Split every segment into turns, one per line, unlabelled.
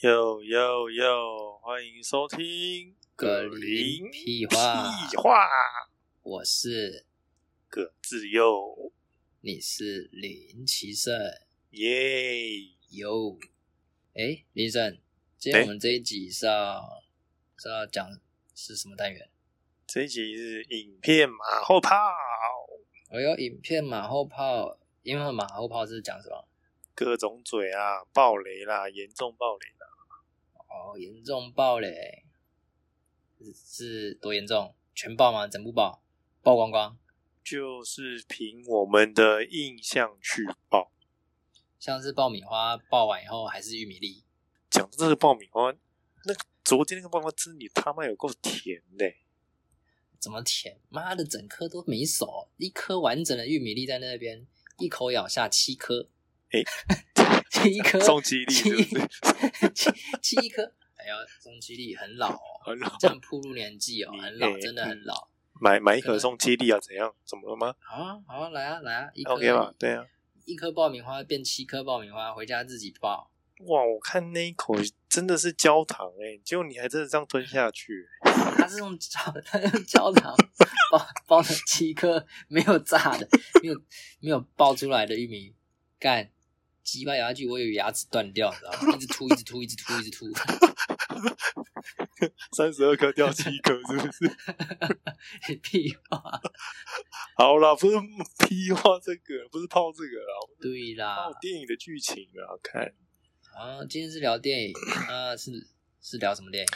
哟哟哟！欢迎收听
葛林屁话
屁话，
我是
葛自佑
你是林奇胜
耶！
哟，哎，林胜，今
诶
天我们这一集是要是要讲是什么单元？
这一集是影片马后炮，
我有哦影片马后炮，因为马后炮是讲什么？
各种嘴啊，爆雷啦，严重爆雷啦！
哦，严重爆嘞，是是多严重？全爆吗？整部爆？爆光光？
就是凭我们的印象去爆。
像是爆米花爆完以后还是玉米粒？
讲到这个爆米花，那个昨天那个爆米花真的你他妈有够甜的、
怎么舔？妈的，整颗都没熟，一颗完整的玉米粒在那边，一口咬下七颗，
诶
七颗，
哎中激励
七
是不是？
七 七颗，哎呀，中基力很老哦，
很 好
这样铺路年纪哦，很老
诶，
真的很老。
买买一盒送激励啊？怎样？怎么了吗
好啊，好啊，来啊，来啊，一颗
？OK 吧？对啊。
一颗爆米花变七颗爆米花，回家自己爆。
哇，我看那一口真的是焦糖哎、结果你还真的这样吞下去、欸
他是用焦，他用焦糖包包了七颗没有炸的，没有没有爆出来的玉米干，鸡巴咬下去，我有牙齿断掉，你知道吗？一直吐，一直吐，一直吐，一直吐，
三十二颗掉七颗，是不是？
屁话，
好啦，不是屁话这个，不是泡这个啦，
对
泡
啦。
电影的剧情啊。看，
啊，今天是聊电影，啊，是是聊什么电影？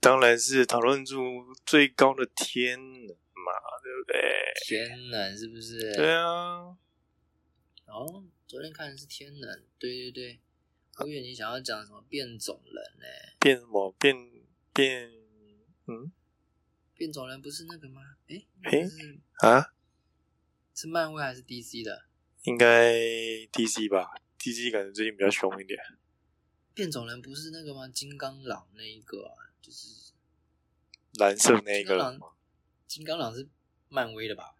当然是讨论出最高的天能嘛，对不对？
天能是不是？
对啊，
哦，昨天看的是天能，对对对。我以为你想要讲什么变种人呢、
变什么变变？嗯
变种人不是那个吗？诶、
诶
是
啊，
是漫威还是 DC 的？
应该 DC 吧？DC 感觉最近比较凶一点。
变种人不是那个吗？金刚狼那一个啊，就是
蓝色那一个
金刚
人
狼，金刚狼是漫威的吧？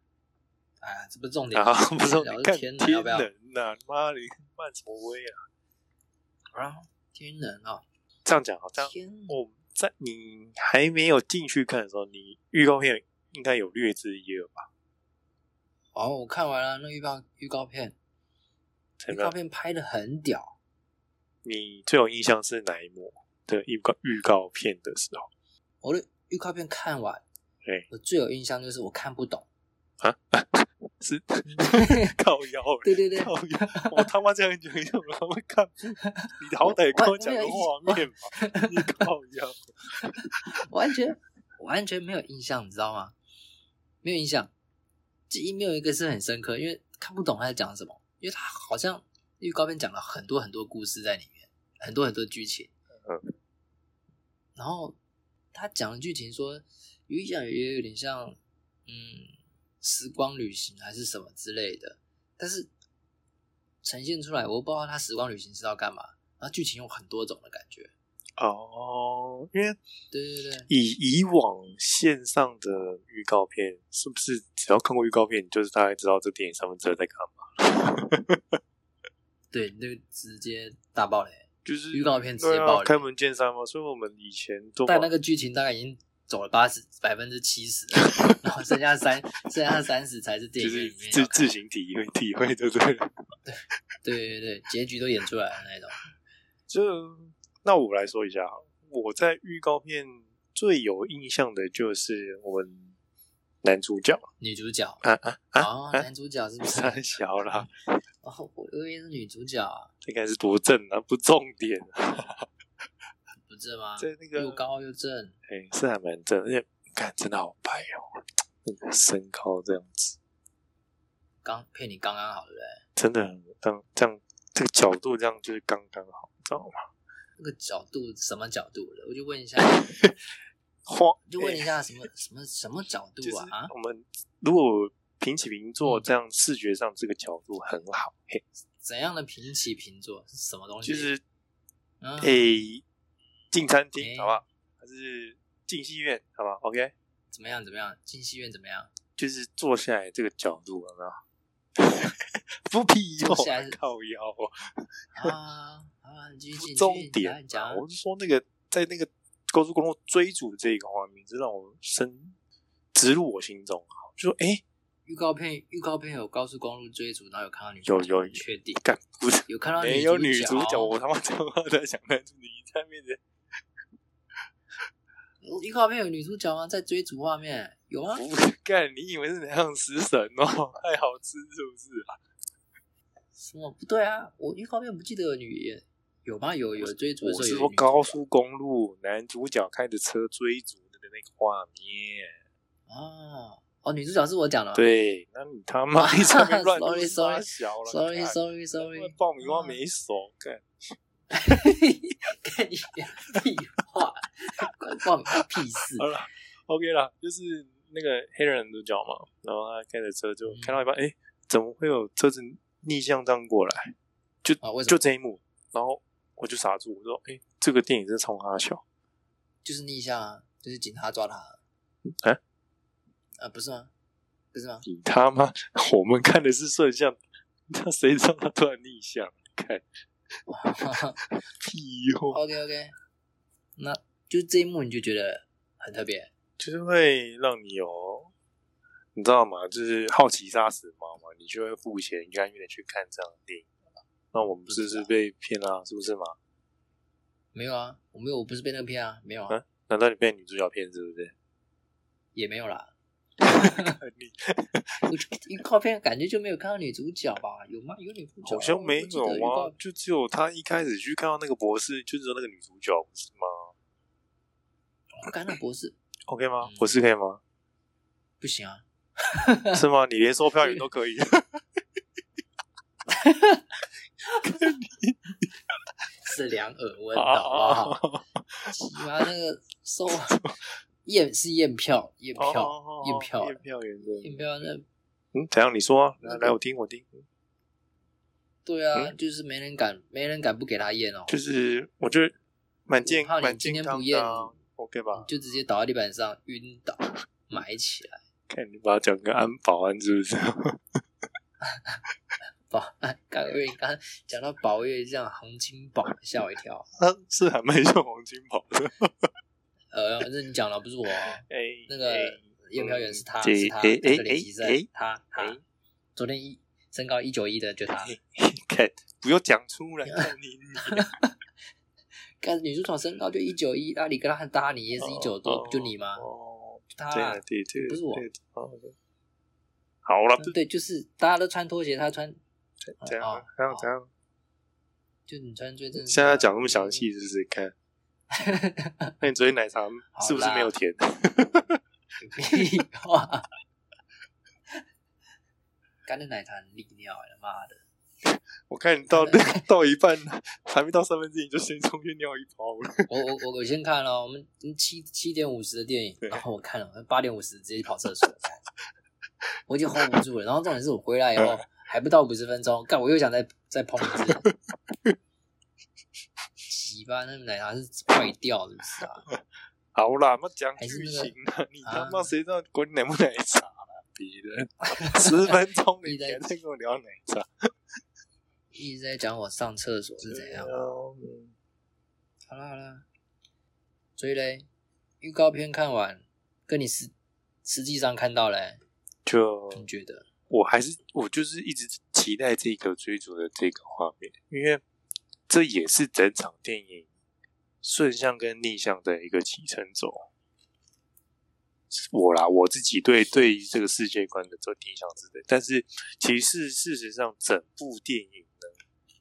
哎呀，这不是重点
然后啊 不是
聊
你看
天
天
能要不要？
能呐、妈的，你漫什么威啊？
啊，天能哦，
这样讲好，这样
天能
我在你还没有进去看的时候，你预告片应该有略知一二吧？
哦，我看完了那预告预告片，
怎
预
么
告
样？
片拍的很屌，
你最有印象是哪一幕的预告预告片的时候？
我的预告片看完，
对
我最有印象就是我看不懂，
是靠腰欸，
对 对对
靠腰！我他妈这样讲，我他妈看不，你好歹跟我讲个画面吧，你靠腰，
完全 完全没有印象，你知道吗？没有印象，记忆没有一个是很深刻，因为看不懂他在讲什么，因为他好像预告片讲了很多很多故事在里面，很多很多剧情。
嗯
然后他讲的剧情说，有一讲也有点像，嗯，时光旅行还是什么之类的，但是呈现出来，我不知道他时光旅行是要干嘛，然后剧情有很多种的感觉。
哦，因为
对对对，
以以往线上的预告片，是不是只要看过预告片，你就是大概知道这电影三分之二在干嘛？
对，那个直接大爆雷。
就是
预告片直接
对啊
爆雷
开门见山嘛。所以我们以前都
但那个剧情大概已经走了八十百分之七十，然后剩下三剩下三十才是电
就
影
是
院里面
自
要看
自行体会体会，对不对？
对对对，结局都演出来的那种。
就那我来说一下好了，我在预告片最有印象的就是我们男主角
女主角
啊啊啊
哦，男主角是不是？
三小啦，
哦，我以为是女主角啊，
这该是多正啊，不重点啊，
不是吗？
在那个
又高又正，
哎、是还蛮正，而且看真的好白哦，那个身高这样子，
刚配你刚刚好，对不对？
真的很当这样这个角度这样就是刚刚好，你知道吗？
那个角度什么角度的？我就问一下，
花
就问一下什么什么什么角
哎 就是
度啊？啊，
我们如果平起平坐，
嗯
这样视觉上这个角度很好。嘿，
怎样的平起平坐是什么东西？
就是
嗯，
诶，进餐厅
哎
好不好？还是进戏院好不好？OK，
怎么样怎么样？进戏院怎么样？
就是坐下来这个角度有没有？ 不屁用
坐下来是
靠腰哦，
啊啊，你继续
不
进，
重
你继续你来
点
你讲
啊！
啊，
我是说那个在那个高速公路追逐这个画面，是让我深植入我心中啊！就说哎，诶
预告片预告片有高速公路追逐，然后有看到女
有
主角
有
你确定
干不 是
哦有看到
没有女
主
主角，我他妈他妈在想那你在面前
哦预告片有女主角吗？在追逐画面有啊 吗？
不是干，你以为是哪样食神哦？太好吃是不是啊？
什么不对啊？我预告片不记得有女演有吗？有有追逐的
我
时候有
是
女
说
主
高
角
速公路男主角开着车追逐的那个画面。
啊哦，女主角是我讲的吗，
对，那你他妈一上 面乱
Sorry, sorry,
小了
，sorry 嗯
干
sorry
他
sorry，
妈爆米花没熟，干
跟你讲屁话， 关爆米花屁 事
好了，OK 啦，就是那个黑人男主角嘛，然后他开着车就
嗯
开到一半，哎、怎么会有车子逆向这样过来？就
啊？为什
就
么？
这一幕，然后我就傻住，我说，哎、这个电影是冲他笑，
就是逆向啊，就是警察抓他
啊
啊？啊，不是吗？不是吗？
你他妈，我们看的是顺向，那谁知道他突然逆向？看屁用！
OK OK，那就这一幕你就觉得很特别，
就是会让你有，你知道吗？就是好奇杀死猫嘛，你就会付钱甘愿的去看这样的电影。那我们不是是被骗啦、是不是嘛？
没有啊，我没有，我不是被那个骗啊，没有啊，
啊难道你被女主角骗是不是？
也没有啦。
你
我就预告片感觉就没有看到女主角吧？有吗？有女主角啊？
好像没
我不记得
有
预告
啊，就只有他一开始去看到那个博士，就是说那个女主角不是吗
哦干那博士
？OK 吗
嗯？
博士可以吗？
不行啊，
是吗？你连售票员都可以？
是量耳温的好不好？
啊
奇葩那个收 验是验票，验票，
啊
验票
验票员的，
验票那
嗯，怎样？你说啊，
那
来
个
来，我听，我听。
对啊，
嗯
就是没人敢，没人敢不给他验哦，
就是我觉得蛮健
我怕你
蛮
今
健
天
康
不验
的、啊、，OK 吧？
就直接倒在地板上晕倒，埋起来。
看你把它讲个安保安是不 是？
保安， 刚因为你刚刚讲到宝月这样洪金宝，吓我一跳。
他啊是还蛮像洪金宝的。
呃，那你讲了不是我哦，
哎、
那个
哎
验票员是他，
这
是他，
哎哎
那个练习生
哎哎，
他
哎
他，昨天一身高一九一的就他。
看不要讲出 来，看你你
干女主角身高就一九一，那你跟他搭，你也是一九多，
哦
不就你吗？
哦，
他
对
啊
啊，对这个
不是我
这个哦对好了，不
对，就是大家都穿拖鞋，他穿
怎
哦
样怎样
哦嗯
怎样？
就你穿最正。
现在讲那么详，细，试试 看。那你昨天奶茶是不是没有甜？
屁话！干的奶茶很利尿，欸 妈的！
我看你到那个到一半，还没到三分之一，你就先冲去尿一泡了。
我我我我先看了，我们嗯七七点五十的电影，然后我看了八点五十直接去跑厕所，干 我已经 hold 不住了。然后重点是我回来以后还不到五十分钟，干我又想再再碰一次， 奇葩，那奶茶是坏掉是不是啊？
好啦，那讲
还是
剧
那个
情 啊，你他
啊
妈谁知道管你奶不奶茶啦？别人 十分钟你
你在
还在跟我聊奶茶，
一直在讲我上厕所是怎样。
嗯
好啦好啦，所以嘞，预告片看完，跟你实实际上看到嘞，
就
你觉得？
我还是我就是一直期待这个追逐的这个画面，因为这也是整场电影顺向跟逆向的一个起承走。我啦，我自己对对于这个世界观的做定向之类，但是其实事实上，整部电影呢，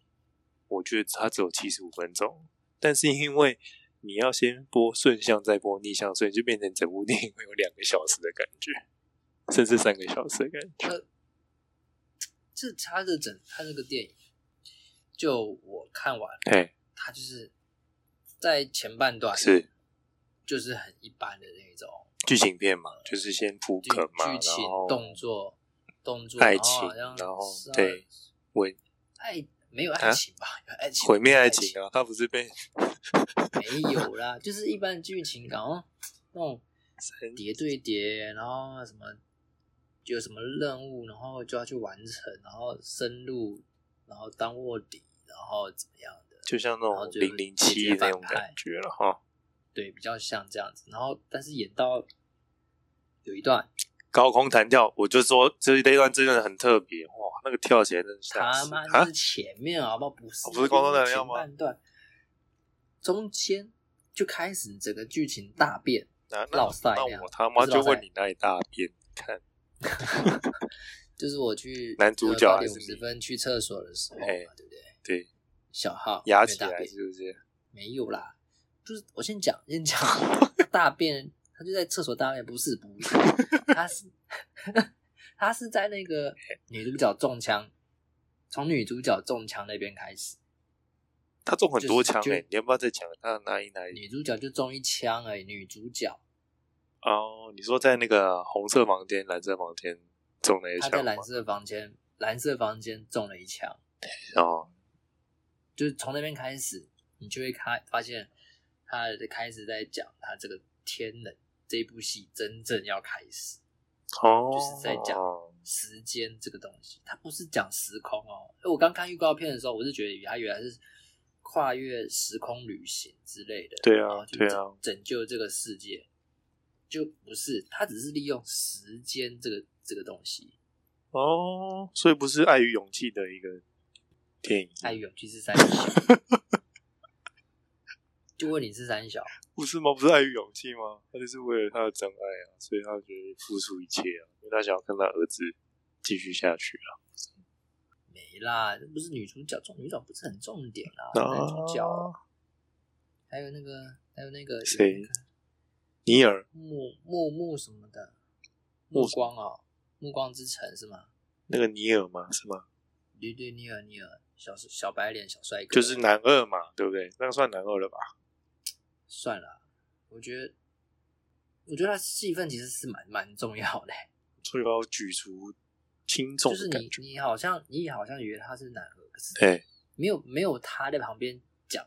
我觉得它只有七十五分钟，但是因为你要先播顺向，再播逆向，所以就变成整部电影会有两个小时的感觉，甚至三个小时的感觉。
这他的整他这个电影，就我看完，
哎，
他就是在前半段
是
就是很一般的那种
剧情片嘛，就是先铺
剧
梗嘛，
剧情
然后、
动作动作
爱情
然后好像，
然后
是啊
对毁
爱没有爱
啊
情吧？有爱情
毁灭
爱
爱情啊，他不是被
没 有啦，就是一般剧情，然后那种叠对叠，然后什么有什么任务，然后就要去完成，然后深入，然后当卧底，然后怎么样的，
就像那
然
种
后就
零零七
解决
那
反
种感
派
觉了哈。
对，比较像这样子。然后但是演到有一段，
高空弹跳，我就说这一段真的很特别哇，那个跳起来真的是吓
他
死
妈
啊
就是！前面好不好？不是，
哦不是光头男
前
要吗
半段，中间就开始整个剧情大变，
那
老塞
那
那样
我他妈
不是
就
老塞
问你那一大便，看，
就是我去
男主角
八
还
点
是
五
你
十分去厕所的时候嘛，
哎
对不对？
对，
小号
压
没
起
大
来
便
是不是？
没有啦，就是我先讲，先讲 大便，他就在厕所大便，不是不是，他是 他是在那个女主角中枪，从女主角中枪那边开始，
他中很多
就是
枪
就
哎，你要不要再讲他哪一哪一？
女主角就中一枪而已，女主角
哦，你说在那个红色房间、蓝色房间中那一
她在
枪吗
蓝？色房间，蓝色房间中了一枪，
哦，
就是从那边开始，你就会开发现他开始在讲他这个天冷这部戏真正要开始。
哦，
就是在讲时间这个东西，它不是讲时空哦。因为我刚看预告片的时候，我是觉得它原来是跨越时空旅行之类的，
对啊
然后去
对啊
拯拯救这个世界，就不是，它只是利用时间这个这个东西。
哦，所以不是爱与勇气的一个电影，
爱与勇气是三小， 就问你是三小，
不是吗？不是爱与勇气吗？他就是为了他的真爱啊，所以他决定付出一切啊，因为他想要跟他儿子继续下去啊。
没啦，这不是女主角重，女主角不是很重点啊，男主角，还有那个还有那个
谁尼尔
木木木什么的，
木
目光哦，暮光之城是吗？
那个尼尔嘛，是吗？
对对，尼尔尼尔，小小白脸小帅哥，
就是男二嘛，对不对？那个算男二了吧？
算了，我觉得，我觉得他戏份其实是蛮蛮重要的，
所以要举足轻重
就
的
是
感
你
觉。
你好像你好像以为他是男二，可是
对，
没有没有他在旁边讲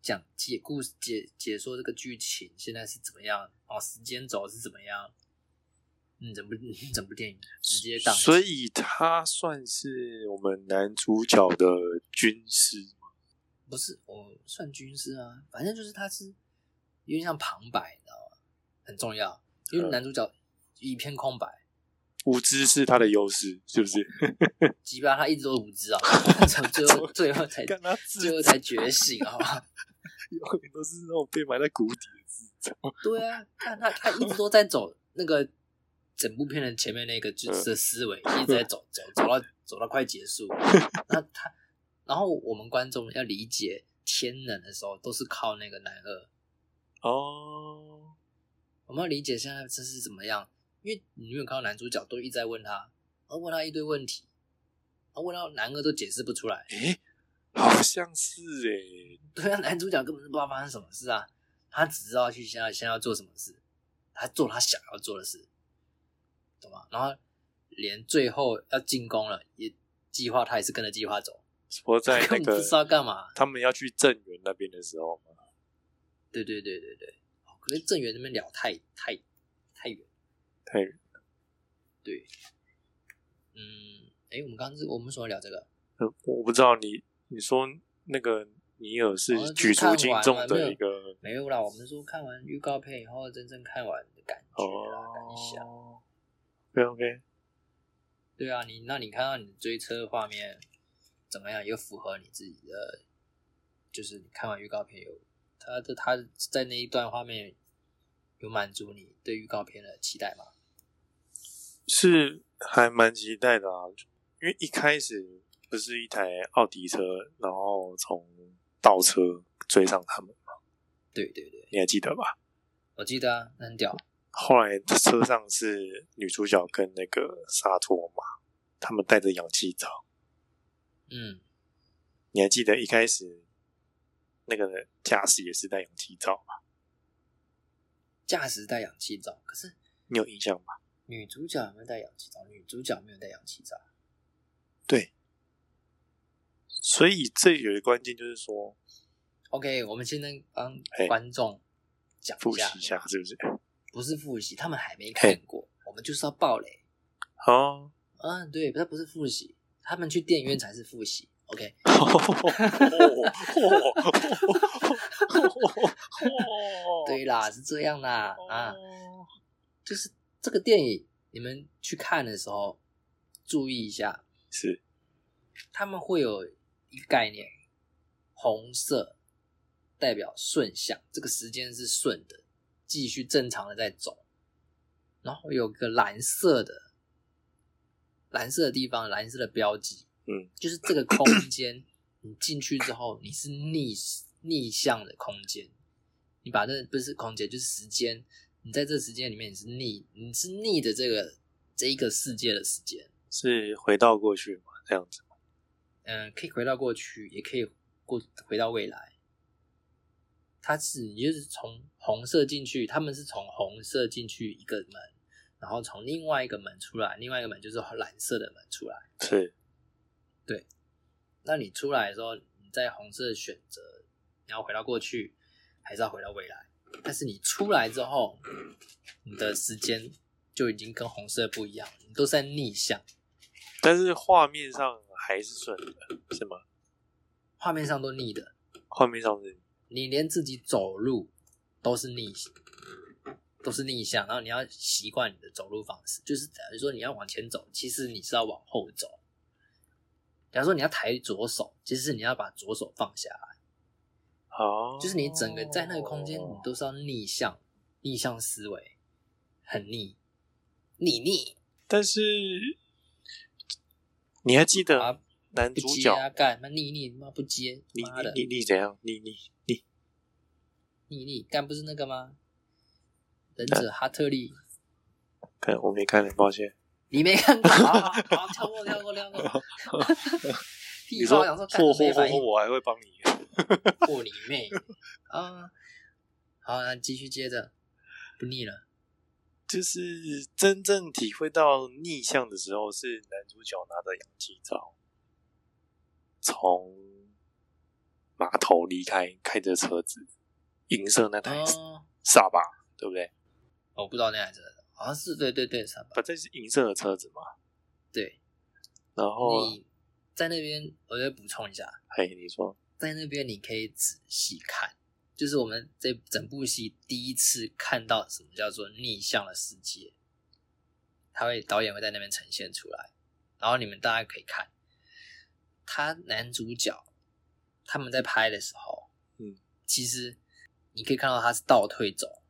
讲解故事解解说这个剧情现在是怎么样，哦，时间轴是怎么样，嗯，整部 整部电影直接当
所以他算是我们男主角的军师嘛
不是我算军师啊，反正就是他是有点像旁白，你知道吗？很重要，因为
嗯
男主角一片空白，
无知是他的优势，是不是？
基本上他一直都无 知啊，从最后最后才
看他
最
自
后才觉醒，好不好？
永远都是那种被埋在谷底的智障。
对啊，看他他一直都在走那个整部片的前面那个就是的思维，一直在走走走到走到快结束，那他然后我们观众要理解天冷的时候都是靠那个男二。
哦，
我们要理解现在这是怎么样，因为你没有看到男主角都一直在问他，然后问他一堆问题，然后问到男二都解释不出来。
诶、好像是欸诶、
对啊，男主角根本就不知道发生什么事啊，他只知道去现在现在要做什么事，他做他想要做的事，懂吗？然后连最后要进攻了，也计划他也是跟着计划走，
说在
他
那
根本
个
不知道干嘛。
他们要去正源那边的时候嘛，
对对对对对，哦可是郑源那边聊太太太远。
太
对，嗯，哎、我们刚刚是我们所聊这个，
呃我不知道你你说那个尼尔
哦
是
就
举足
看
轻
完
重
了没
的
有
一个
没有啦，我们说看完预告片以后，真正看完的感觉啦，感想。
哦。对 OK，
对啊，你那你看到你的追车画面怎么样？有符合你自己的，就是你看完预告片有他的他在那一段画面有满足你对预告片的期待吗？
是还蛮期待的啊，因为一开始不是一台奥迪车，然后从倒车追上他们，
对对对，
你还记得吧？
我记得啊，那很屌，
后来车上是女主角跟那个沙托玛，他们带着氧气罩。
嗯，
你还记得一开始那个驾驶也是戴氧气罩吗？
驾驶带氧气罩，可是
你有印象吗？
女主角有没有带氧气罩？女主角没有带氧气罩。
对，所以这有一个关键就是说，
OK，我们现在帮
嘿
观众讲
复
一下
习一，下是不是？
不是复习，他们还没看过，我们就是要爆雷。
哦，
嗯，对，它不是复习，他们去电影院才是复习。OK，对
哦
啦，是这样啦啊，就是这个电影，你们去看的时候注意一下，
是
他们会有一个概念，红色代表顺向，这个时间是顺的，继续正常的在走。然后有个蓝色的，蓝色的地方，蓝色的标记，
嗯，
就是这个空间，你进去之后，你是逆逆向的空间，你把这不是空间，就是时间，你在这时间里面你是逆，你是逆的这个这一个世界的时间，
是回到过去嘛？这样子
嗯，可以回到过去，也可以过回到未来。它是你就是从红色进去，他们是从红色进去一个门，然后从另外一个门出来，另外一个门就是蓝色的门出来。
是
那你出来的时候，你在红色的选择，你要回到过去，还是要回到未来？但是你出来之后，你的时间就已经跟红色不一样，你都在逆向。
但是画面上还是顺的，是吗？
画面上都逆的，
画面上是
你连自己走路都是逆，都是逆向，然后你要习惯你的走路方式，就是假如说你要往前走，其实你是要往后走；假如说你要抬左手，其实你要把左手放下来，
哦，
就是你整个在那个空间，你都是要逆向，逆向思维，很逆，逆逆
但是你还记
啊
得男
不
嗯主
接
角？
啊，干妈逆逆妈不接，
你
妈的
你你你怎样？你你你
逆逆干不是那个
嗯
吗？忍者哈特利。
看我没看，抱歉。
你没看 过？好好好，跳过跳过跳过。
你
屁
说
话，想说干
嚯
什么
嚯嚯
没反应哦
嚯，？我还会帮你。
嚯你妹！啊，好，那继续接着，不腻 了。
就是真正体会到逆向的时候，是男主角拿着氧气罩从码头离开，开着车子银色那台
哦，
萨巴，对不对？
我不知道那台车，好像是对对对，三八
反正是银色的车子嘛。
对。
然后，
你在那边，我再补充一下，
嘿，你说
在那边你可以仔细看，就是我们这整部戏第一次看到什么叫做逆向的世界，他会导演会在那边呈现出来，然后你们大家可以看，他男主角他们在拍的时候，
嗯，
其实你可以看到他是倒退走，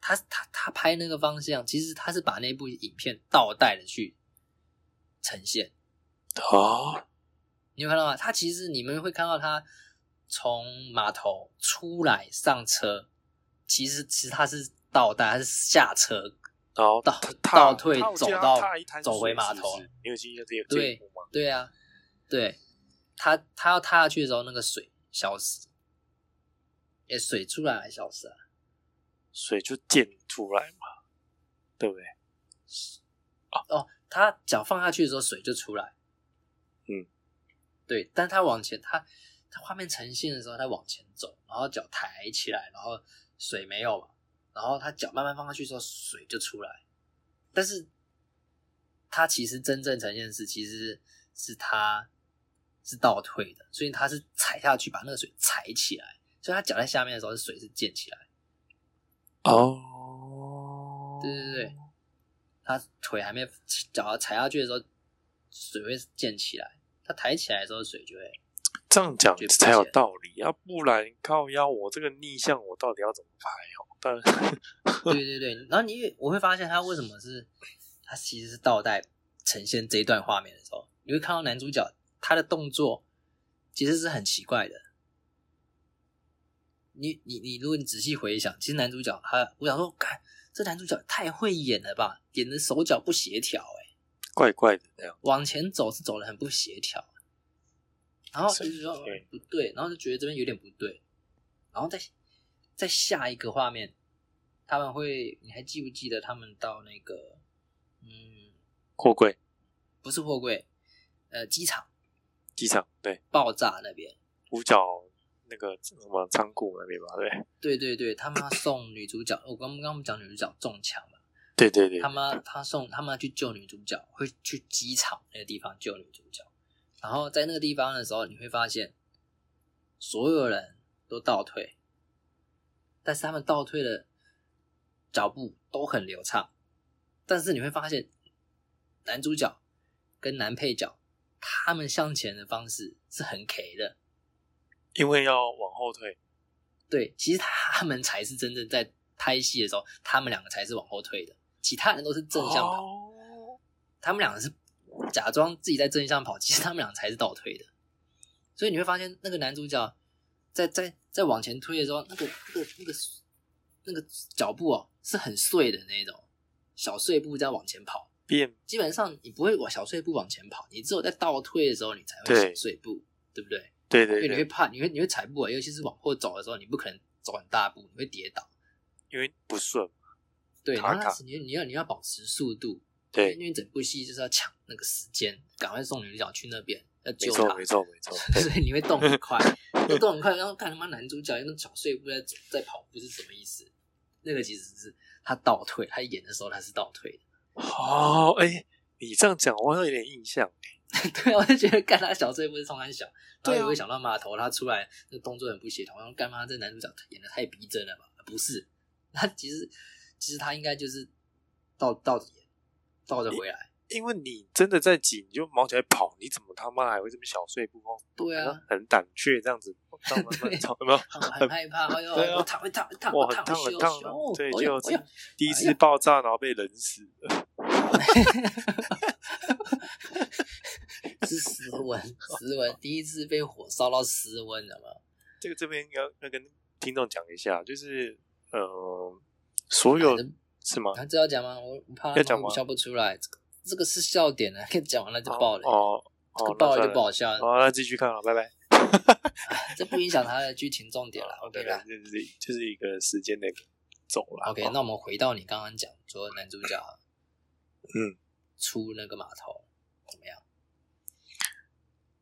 他他他拍那个方向，其实他是把那部影片倒带的去呈现。
哦，
你有看到吗？他其实你们会看到他从码头出来上车，其实其实他是倒带，他是下车。
然后
倒
踏
倒退
踏我家
走到
踏一滩
走回
水
码
是
头
不是你有经历这个这
对
一幕吗？
对啊，对，他他要踏下去的时候，那个水消失，哎，水出来还消失啊？
水就溅出来嘛，对不对？
哦，他脚放下去的时候，水就出来。
嗯，
对，但他往前，他他画面呈现的时候，他往前走，然后脚抬起来，然后水没有嘛，然后他脚慢慢放下去的时候，水就出来。但是，他其实真正呈现的是，其实是他是倒退的，所以他是踩下去把那个水踩起来，所以他脚在下面的时候，水是溅起来。
哦，
对对对，他腿还没脚踩下去的时候，水会溅起来；他抬起来的时候，水就会。
这样讲
就不
才有
见
道理，要不然靠腰我这个逆向我到底要怎么拍哦？当然
对对对，然后你也我会发现他为什么是，他其实是倒带呈现这一段画面的时候，你会看到男主角他的动作其实是很奇怪的。你你你，如果你仔细回想，其实男主角他，我想说，看这男主角太会演了吧，演的手脚不协调 哎、
怪怪的那样，
往前走是走的很不协调，然后就是说
对
不对，然后就觉得这边有点不对，然后再再下一个画面，他们会，你还记不记得他们到那个，嗯，
货柜
不是货柜，呃，机场
机场对
爆炸那边，
五角那个什么仓库那边吧，对，
哦对对对，他们要送女主角，我刚刚我们讲女主角中枪嘛，
对对对
他，妈他送他妈去救女主角，会去机场那个地方救女主角。然后在那个地方的时候，你会发现所有人都倒退，但是他们倒退的脚步都很流畅。但是你会发现，男主角跟男配角他们向前的方式是很 K 的。
因为要往后退，
对，其实他们才是真正在拍戏的时候，他们两个才是往后退的，其他人都是正向跑。
哦
他们两个是假装自己在正向跑，其 实他们俩才是倒退的。所以你会发现，那个男主角在在在往前推的时候，那个那个那个那个脚步哦，是很碎的那种小碎步在往前跑。
变
基本上你不会往小碎步往前跑，你只有在倒退的时候，你才会
对
小碎步，对不对？
对
因
对
为你
对，
会怕，你会你会踩不啊稳，尤其是往后走的时候，你不可能走很大步，你会跌倒。
因为不顺，
对，然
卡
后那
卡
时你你要你要保持速度，
对，
因为整部戏就是要抢那个时间，赶快送女主角去那边要
没
救
错
她，
没错没错，
所以你会动很 快，那动很快，然后看他妈男主角用那小碎步在走在跑步是什么意思？那个其实是他倒退，他演的时候他是倒退的，
哦，哎、你这样讲我好像有点印象，
对啊，我就觉得干他小碎步是冲他小，然后
对啊
也会想到码头他出来那动作很不协调，然后干嘛这男主角演的太逼真了吧？不是，他其实其实他应该就是倒倒着演，倒着回来，
因为你真的在挤，你就忙起来跑，你怎么他妈还会这么小碎步？哦
对啊。
很胆怯这样子，这样慢慢
对啊
走，有没有？
很很害怕，哎呦，
对啊
我烫会烫会烫，
哇，
我
很
烫
烫
会
很
羞
烫啊
羞，
对，
哎
就
呦哎呦
第一次爆炸，然后被冷死了，
是斯文，斯文，第一次被火烧到斯文了嘛？
这个这边要要跟听众讲一下，就是呃，所有
反正
是吗？
啊，这要讲吗？我我怕
要
他
讲
们
吗
笑不出来，这个这个是笑点啊， 可以讲完了就爆了，
哦
这
哦
个，
那
爆了
算
就不好笑，了，
好，那继续看了，啊拜拜。
这不影响他的剧情重点了
好
，OK
哦对
啦。
对，就是就是一个时间的走了。
OK，那我们回到你刚刚讲说男主角，
嗯，
出那个码头怎么样？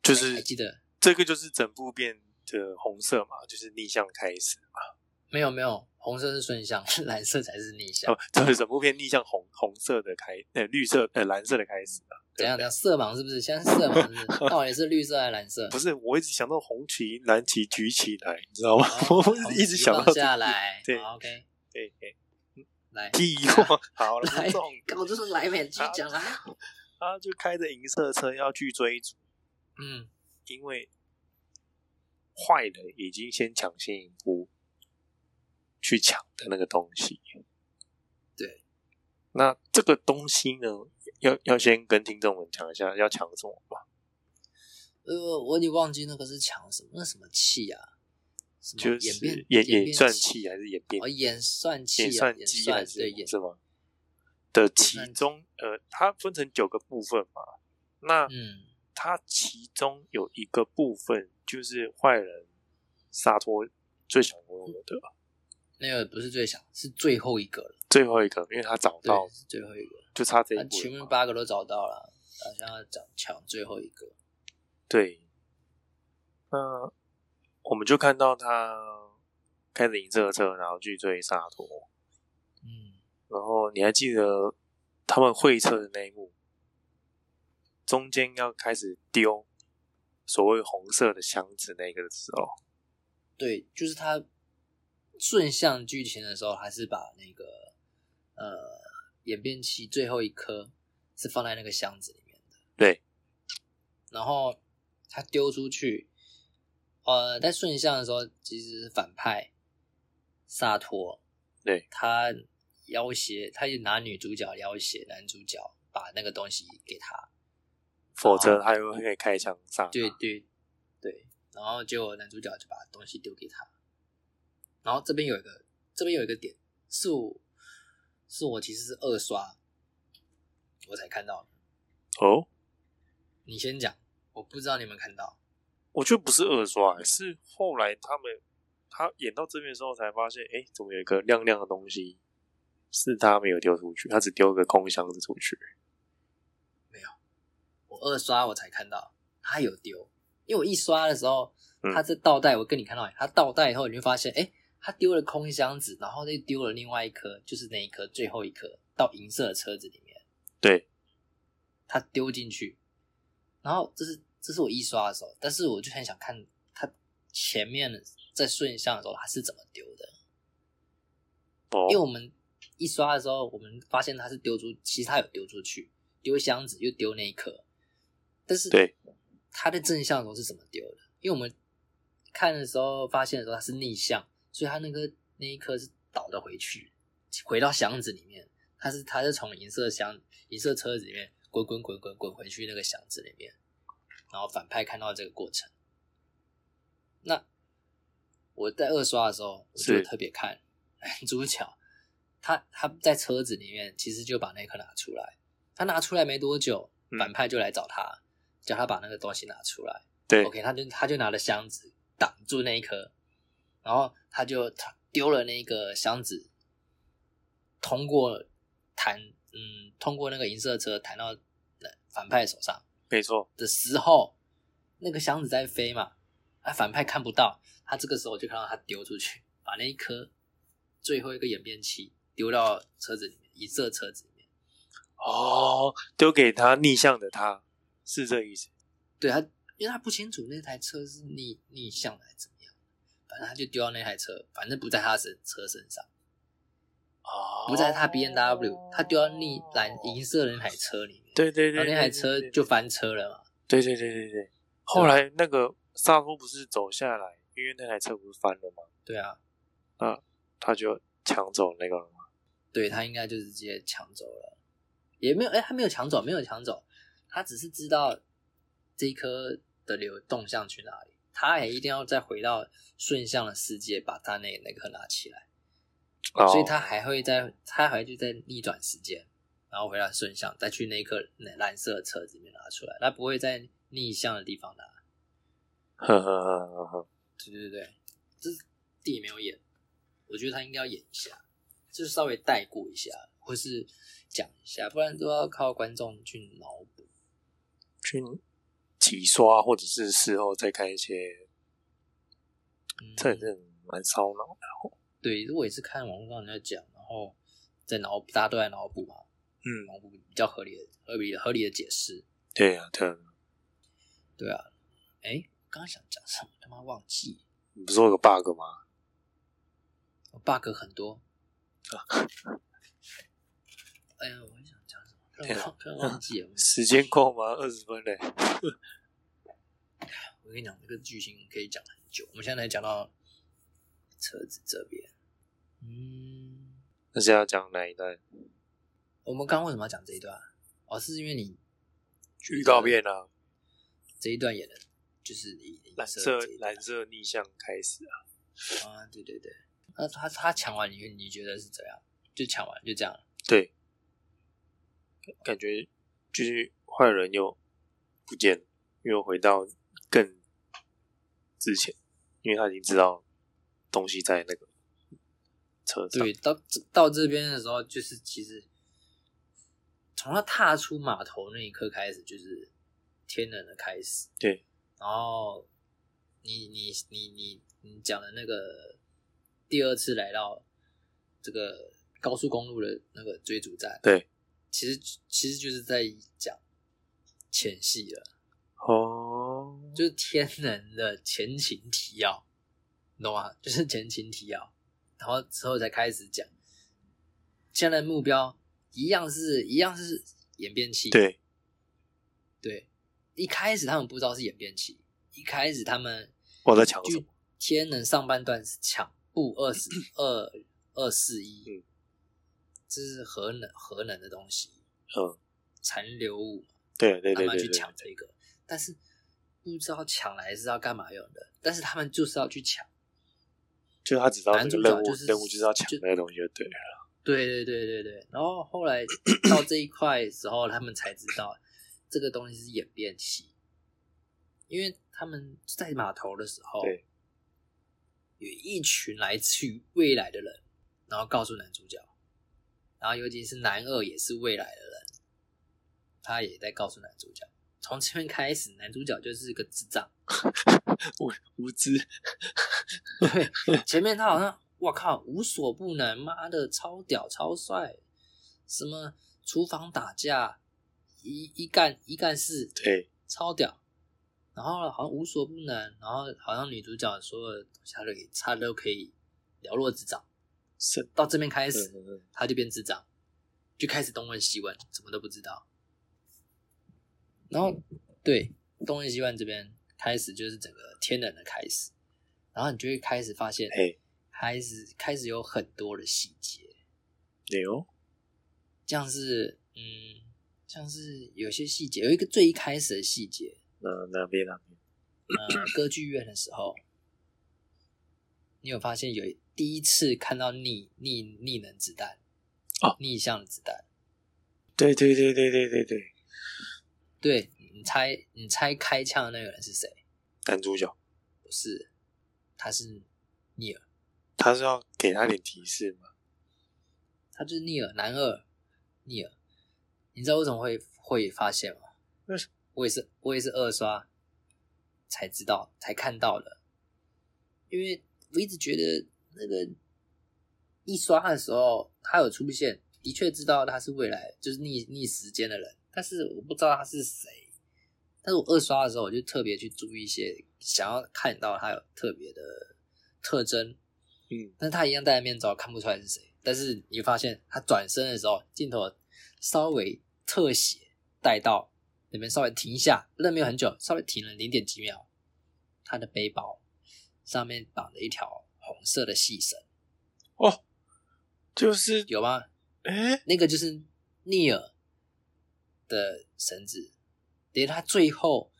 就
还
是
记得
这个就是整部片的红色嘛，就是逆向开始嘛。
没有？没有，红色是顺向， 蓝色才是逆向
哦。， 这是整部片逆向红红色的开，呃，绿色呃蓝色的开始啊。
怎样？怎样？色盲是不是？现在是色盲是 不是？到底是绿色还是蓝色？
不是，我一直想到红旗、蓝旗举起来，你知道吗？
好
我
哦好
一直想到
放
这
下。来。
对
好，OK，
对对，
来，
屁话，好了，
来
不重
干我就说来美继续讲啊啦。
他就开着银色车要去追逐，
嗯，
因为坏人已经先抢先一步去抢的那个东西。
对，
那这个东西呢，要要先跟听众们讲一下要抢什么吧，
呃，我有点忘记那个是抢什么，那什么气啊？什
就
么演变
是演
演
演算
器
器还是演变
哦，演算器啊，
演
演
算机还
对
是
演
是吗？的其
算机
中，呃，它分成九个部分嘛。那
嗯
它其中有一个部分就是坏人萨托最想拥有的，
没有不是最小，是最后一个了，
最后一个，因为他找
对
到，，
是最后一个，
就差这一
他
步
前
了
面
嘛。
八个都找到了，好像要抢抢最后一个。
对，那我们就看到他开着银色的车，然后去追萨托。
嗯，
然后你还记得他们会车的那一幕，中间要开始丢所谓红色的箱子那个的时候，
对，就是他顺向剧情的时候，还是把那个呃演变器最后一颗是放在那个箱子里面的，
对，
然后他丢出去，呃，在顺向的时候，其实反派萨托，
对
他要挟，他就拿女主角要挟男主角把那个东西给他，
否则他又会开枪杀。
啊对对对，然后结果男主角就把东西丢给他，然后这边有一个，这边有一个点是我是我其实是二刷，我才看到的。
哦，
你先讲，我不知道你们看到，
我觉得不是二刷，欸是后来他们他演到这边的时候才发现，哎，怎么有一个亮亮的东西是他没有丢出去，他只丢个空箱子出去。
我二刷我才看到他有丢，因为我一刷的时候
嗯
他在倒带，我跟你看到他倒带以后，你就发现哎。诶他丢了空箱子，然后又丢了另外一颗，就是那一颗最后一颗，到银色的车子里面，
对，
他丢进去，然后这是这是我一刷的时候，但是我就很想看他前面的在顺向的时候他是怎么丢的，
哦
因为我们一刷的时候，我们发现他是丢出，其实他有丢出去，丢箱子又丢那一颗，但是
对
他在正向的时候是怎么丢的？因为我们看的时候发现的时候他是逆向，所以他那个那一颗是倒的回去，回到箱子里面，他是他是从银色箱银色车子里面滚滚滚滚滚回去那个箱子里面，然后反派看到这个过程。那我在二刷的时候，我就是特别看男主角，他他在车子里面其实就把那颗拿出来，他拿出来没多久，
嗯
反派就来找他，叫他把那个东西拿出来。
对
OK，他就他就拿了箱子挡住那一颗，然后他就丢了那个箱子，通过弹，嗯，通过那个银色车弹到呃反派手上
没错，
的时候，那个箱子在飞嘛，啊，反派看不到，他这个时候就看到他丢出去，把那一颗最后一个演变器丢到车子里面，银色车子里面，
哦，丢给他逆向的他是这意思，
对他，因为他不清楚那台车是逆逆向的还是怎么样，反正他就丢到那台车，反正不在他身车身上，
哦，
不在他 B N W，他丢到逆蓝银色的那台车里面，
对，对对
然后
对，
那台
对
车
对
就翻车了嘛，
对对对对对。后来那个萨夫不是走下来，因为那台车不是翻了吗？
对啊，
他就抢走那个了吗？
对他应该就是直接抢走了，也没有，哎、他没有抢走，没有抢走，他只是知道这一颗的流动向去哪里，他也一定要再回到顺向的世界，把他那那颗拿起来，
哦
所以他还会在，他还会在逆转时间，然后回到顺向，再去那一颗蓝蓝色的车子里面拿出来，他不会在逆向的地方拿，
呵呵呵呵呵，
对对对，这电影没有演，我觉得他应该要演一下，就是稍微带过一下，或是讲一下，不然都要靠观众去脑补。
去几刷，或者是事后再看一些，
嗯，
这也是蛮烧脑的。
对，我也是看网络上人家讲，然后在脑大家都在脑补嘛，
嗯，
脑补比较合理的、合理的、合理的解释。
对呀、对、啊，
对啊，哎，刚刚想讲什么，他妈忘记。
你不是有个 bug 吗？
我 bug 很多。
啊
哎呀，我还想讲什么，
啊
突然忘突然忘记了。
时间够吗？二十分嘞。
我跟你讲，这个剧情可以讲很久。我们现在来讲到车子这边，嗯，
那是要讲哪一段？
我们刚刚为什么要讲这一段？哦，是因为你
预告片啊，
这一段演的，就是你
蓝色
这一段
蓝色逆向开始啊。
啊，对对对。那他他抢完你，你觉得是怎样？就抢完就这样了，
对，感觉就是坏人又不见了，又回到更之前，因为他已经知道东西在那个车上。
对，到这到这边的时候，就是其实从他踏出码头那一刻开始，就是天冷的开始。
对，
然后你你你你你讲的那个第二次来到这个高速公路的那个追逐战，
对，
其实其实就是在讲前戏了，
哦，
就是天人的前情提要，你懂吗？ 就是前情提要，然后之后才开始讲。现在的目标一样是一样是演变器，
对
对，一开始他们不知道是演变器，一开始他们
我在抢什
就
么？
天能上半段是抢 步二十二二四一
嗯，
这是核能核能的东西，
嗯，
残留物嘛，
对对
他
对
们要
对
去
对，
抢这个，但是不知道抢来是要干嘛用的，但是他们就是要去抢，
就是他只知道
男
这
主
个
角
任务，
就是
任务就是要抢
就
那个东西就对了。
对对对对对，然后后来到这一块的时候，他们才知道这个东西是演变器，因为他们在码头的时候，
对
有一群来自于未来的人，然后告诉男主角，然后尤其是男二也是未来的人，他也在告诉男主角，从这边开始，男主角就是个智障。
无无知，
前面他好像，我靠，无所不能，妈的，超屌超帅，什么厨房打架，一一干一干四，
对，
超屌。然后好像无所不能，然后好像女主角所有的东西她都可以，她都可以了若指掌。
是，
到这边开
嗯
始，
嗯嗯
他就变智障，就开始东问西问，什么都不知道。然后对东问西问这边开始就是整个天人的开始，然后你就会开始发现，
嘿，
开始开始有很多的细节，
牛，
像是嗯，像是有些细节有一个最一开始的细节，
那那边那边，
呃，歌剧院的时候，你有发现有第一次看到逆逆逆能子弹
哦
逆向的子弹。
对对对对对对对，
对你猜，你猜开枪的那个人是谁？
男主角
不是，他是尼尔，
他是要给他点提示吗？
他就是尼尔，男二，尼尔。你知道为什么会会发现吗？
为什
我也是，我也是二刷才知道，才看到的。因为我一直觉得那个一刷的时候，他有出现，的确知道他是未来就是逆逆时间的人，但是我不知道他是谁。但是我二刷的时候，我就特别去注意一些想要看到他有特别的特征，
嗯，
但是他一样戴着面罩，看不出来是谁。但是你发现他转身的时候，镜头稍微特写带到那边，稍微停一下，愣没有很久，稍微停了零点几秒。他的背包上面绑着一条红色的细绳，
哦，就是，
有吗？
哎，
那个就是尼尔的绳子，连他最后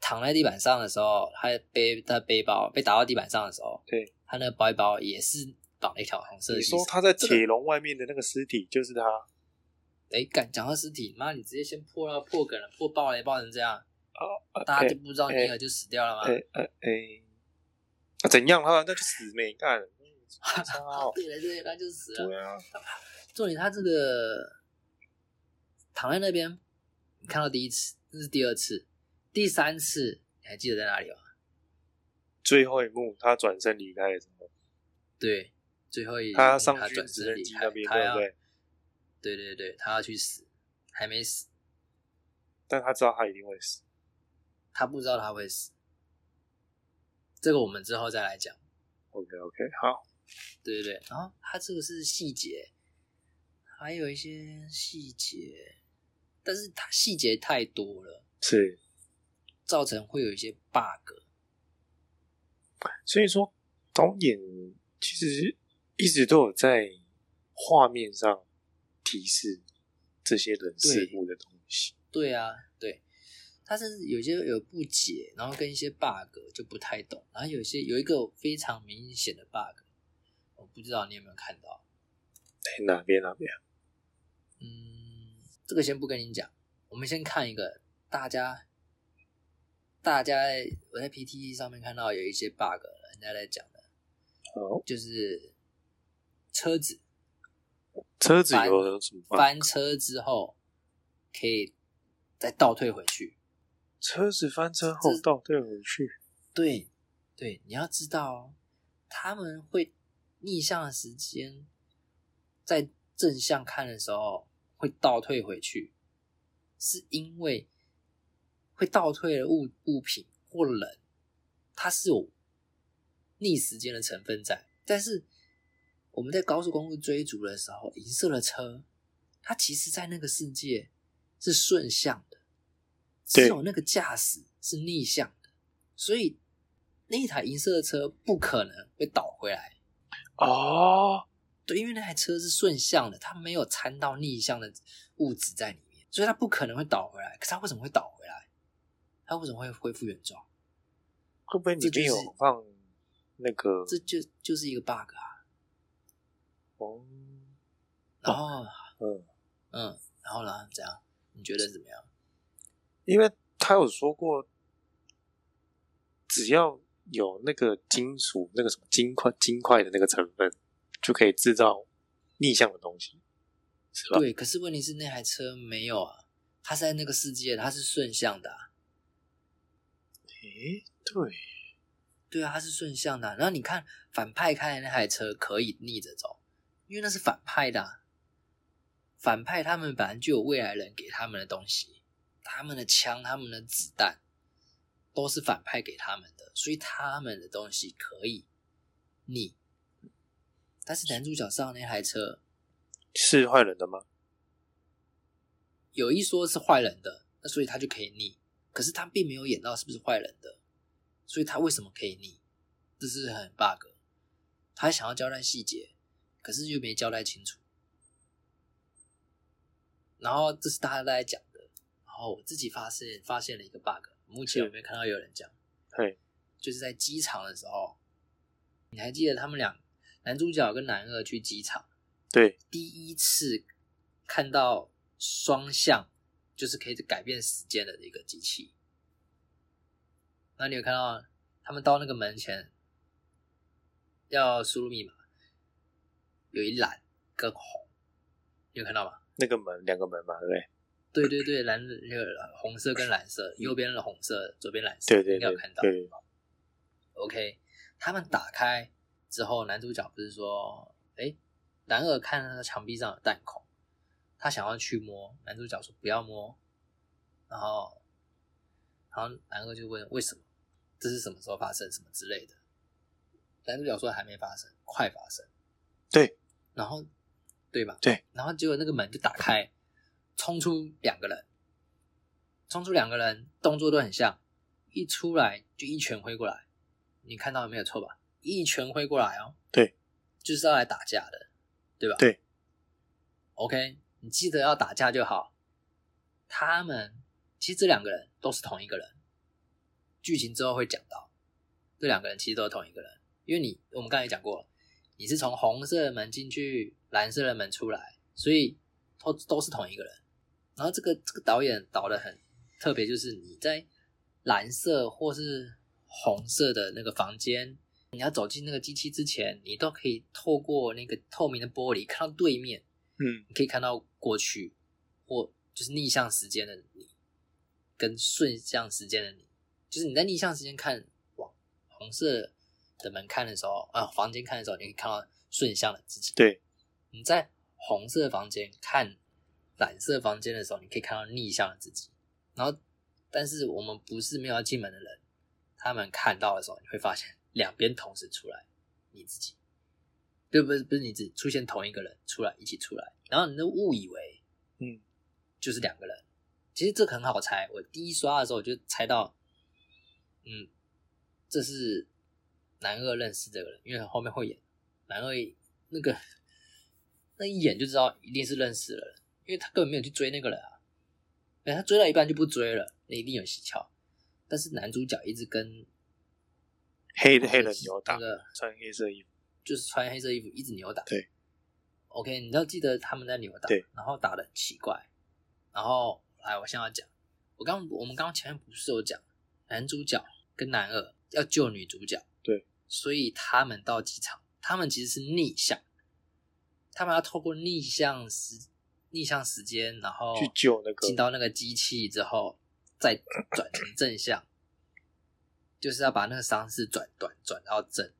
躺在地板上的时候，他的背他的背包被打到地板上的时候，
对，
他那个包包也是绑了一条红色的
你
细绳
说。他在
这个
铁笼外面的那个尸体就是他
哎，敢讲到尸体，妈，你直接先破到破梗了，破爆了，爆成这样，
啊？
大家
哎
就不知道尼尔就死掉了
哎
吗？
哎哎，啊怎样？他那就死没干，嗯操
啊对了 对了，他就死了。
对啊，
重点他这个躺在那边，你看到第一次，这是第二次，第三次你还记得在哪里吗？
最后一幕他转身离开的时候，
对，最后一
他上
嗯他
去
转
直
身
升
离
机
开
那边，
他
对
要
不对？
对对对，他要去死，还没死，
但他知道他一定会死，
他不知道他会死，这个我们之后再来讲。
OK OK，好，
对对对，然后它这个是细节，还有一些细节，但是它细节太多了，
是，
造成会有一些 bug。
所以说导演其实一直都有在画面上提示这些人事物的东西，
对啊，对，它甚至有些有不解，然后跟一些 bug 就不太懂，然后有些有一个非常明显的 bug，我不知道你有没有看到，
哎，哪边哪边，
嗯，这个先不跟你讲，我们先看一个大家，大家我在 PTT 上面看到有一些 bug，人家在讲的。
好，
就是车子
车子有什么办？
翻车之后，可以再倒退回去。
车子翻车后
这
倒退回去，
对，对，你要知道哦，他们会逆向的时间，在正向看的时候会倒退回去，是因为会倒退的物物品或人，它是有逆时间的成分在。但是我们在高速公路追逐的时候，银色的车，它其实在那个世界是顺向的，只
对
有那个驾驶是逆向的，所以那一台银色的车不可能会倒回来。
哦，
对，因为那台车是顺向的，它没有掺到逆向的物质在里面，所以它不可能会倒回来。可是它为什么会倒回来？它为什么会恢复原状？
会不会里
这
面
就是
有放那个？
这就就是一个 bug 啊。
哦，
然后，
嗯。
嗯，然后呢？怎样？你觉得怎么样？
因为他有说过，只要有那个金属那个什么金块金块的那个成分，就可以制造逆向的东西，是吧？
对，可是问题是那台车没有啊，它是在那个世界，它是顺向的、啊。
诶，对，
对啊，它是顺向的啊、然后你看反派开的那台车可以逆着走，因为那是反派的、啊。反派他们本来就有未来人给他们的东西，他们的枪、他们的子弹都是反派给他们的，所以他们的东西可以逆。但是男主角上的那台车
是坏人的吗？
有一说是坏人的，那所以他就可以逆。可是他并没有演到是不是坏人的，所以他为什么可以逆？这是很 bug。他想要交代细节，可是又没交代清楚。然后这是大家在讲的，然后我自己发现发现了一个 bug，目前
是
我没有看到有人讲，
嘿，
就是在机场的时候，你还记得他们俩男主角跟男二去机场，
对，
第一次看到双向，就是可以改变时间的一个机器。那你有看到他们到那个门前要输入密码，有一蓝跟红，你有看到吗？
那个门两个门嘛，对不对？
对对对，蓝那个红色跟蓝 色，右边是红色，左边蓝色，
对对
应该
对
有看到。
对对
OK，他们打开之后，男主角不是说，哎，男二看那个墙壁上有弹孔，他想要去摸，男主角说不要摸，然后，然后男二就问为什么，这是什么时候发生，什么之类的，男主角说还没发生，快发生，
对，
然后，对吧？
对，
然后结果那个门就打开，冲出两个人，冲出两个人，动作都很像，一出来就一拳挥过来，你看到没有错吧？一拳挥过来哦，
对，
就是要来打架的，对吧？
对
，OK，你记得要打架就好。他们其实这两个人都是同一个人，剧情之后会讲到，这两个人其实都是同一个人，因为你我们刚才也讲过了，你是从红色的门进去，蓝色的门出来，所以都都是同一个人。然后这个这个导演导的很特别，就是你在蓝色或是红色的那个房间，你要走进那个机器之前，你都可以透过那个透明的玻璃看到对面，
嗯，
你可以看到过去或就是逆向时间的你，跟顺向时间的你，就是你在逆向时间看往红色的门看的时候，啊、房间看的时候，你可以看到顺向的自己。
对，
你在红色房间看蓝色房间的时候，你可以看到逆向的自己。然后，但是我们不是没有要进门的人，他们看到的时候，你会发现两边同时出来，你自己，对，不是不是你只出现同一个人出来一起出来，然后你就误以为，
嗯，
就是两个人。其实这个很好猜，我第一刷的时候我就猜到，嗯，这是男二认识这个人，因为他后面会演男二那个那一眼就知道一定是认识的人，因为他根本没有去追那个人啊，哎，他追到一半就不追了，那一定有蹊跷。但是男主角一直跟
黑的黑人扭打
那，个
穿黑色衣服，
就是穿黑色衣服一直扭打。
对
，OK，你要记得他们在扭打，
对，
然后打的很奇怪。然后来，我现在要讲，我刚我们刚刚前面不是有讲男主角跟男二要救女主角，
对，
所以他们到机场，他们其实是逆向，他们要透过逆向时逆向时间，然后
去救那个
进到那个机器之后，再转成正向，就是要把那个伤势转短转到正，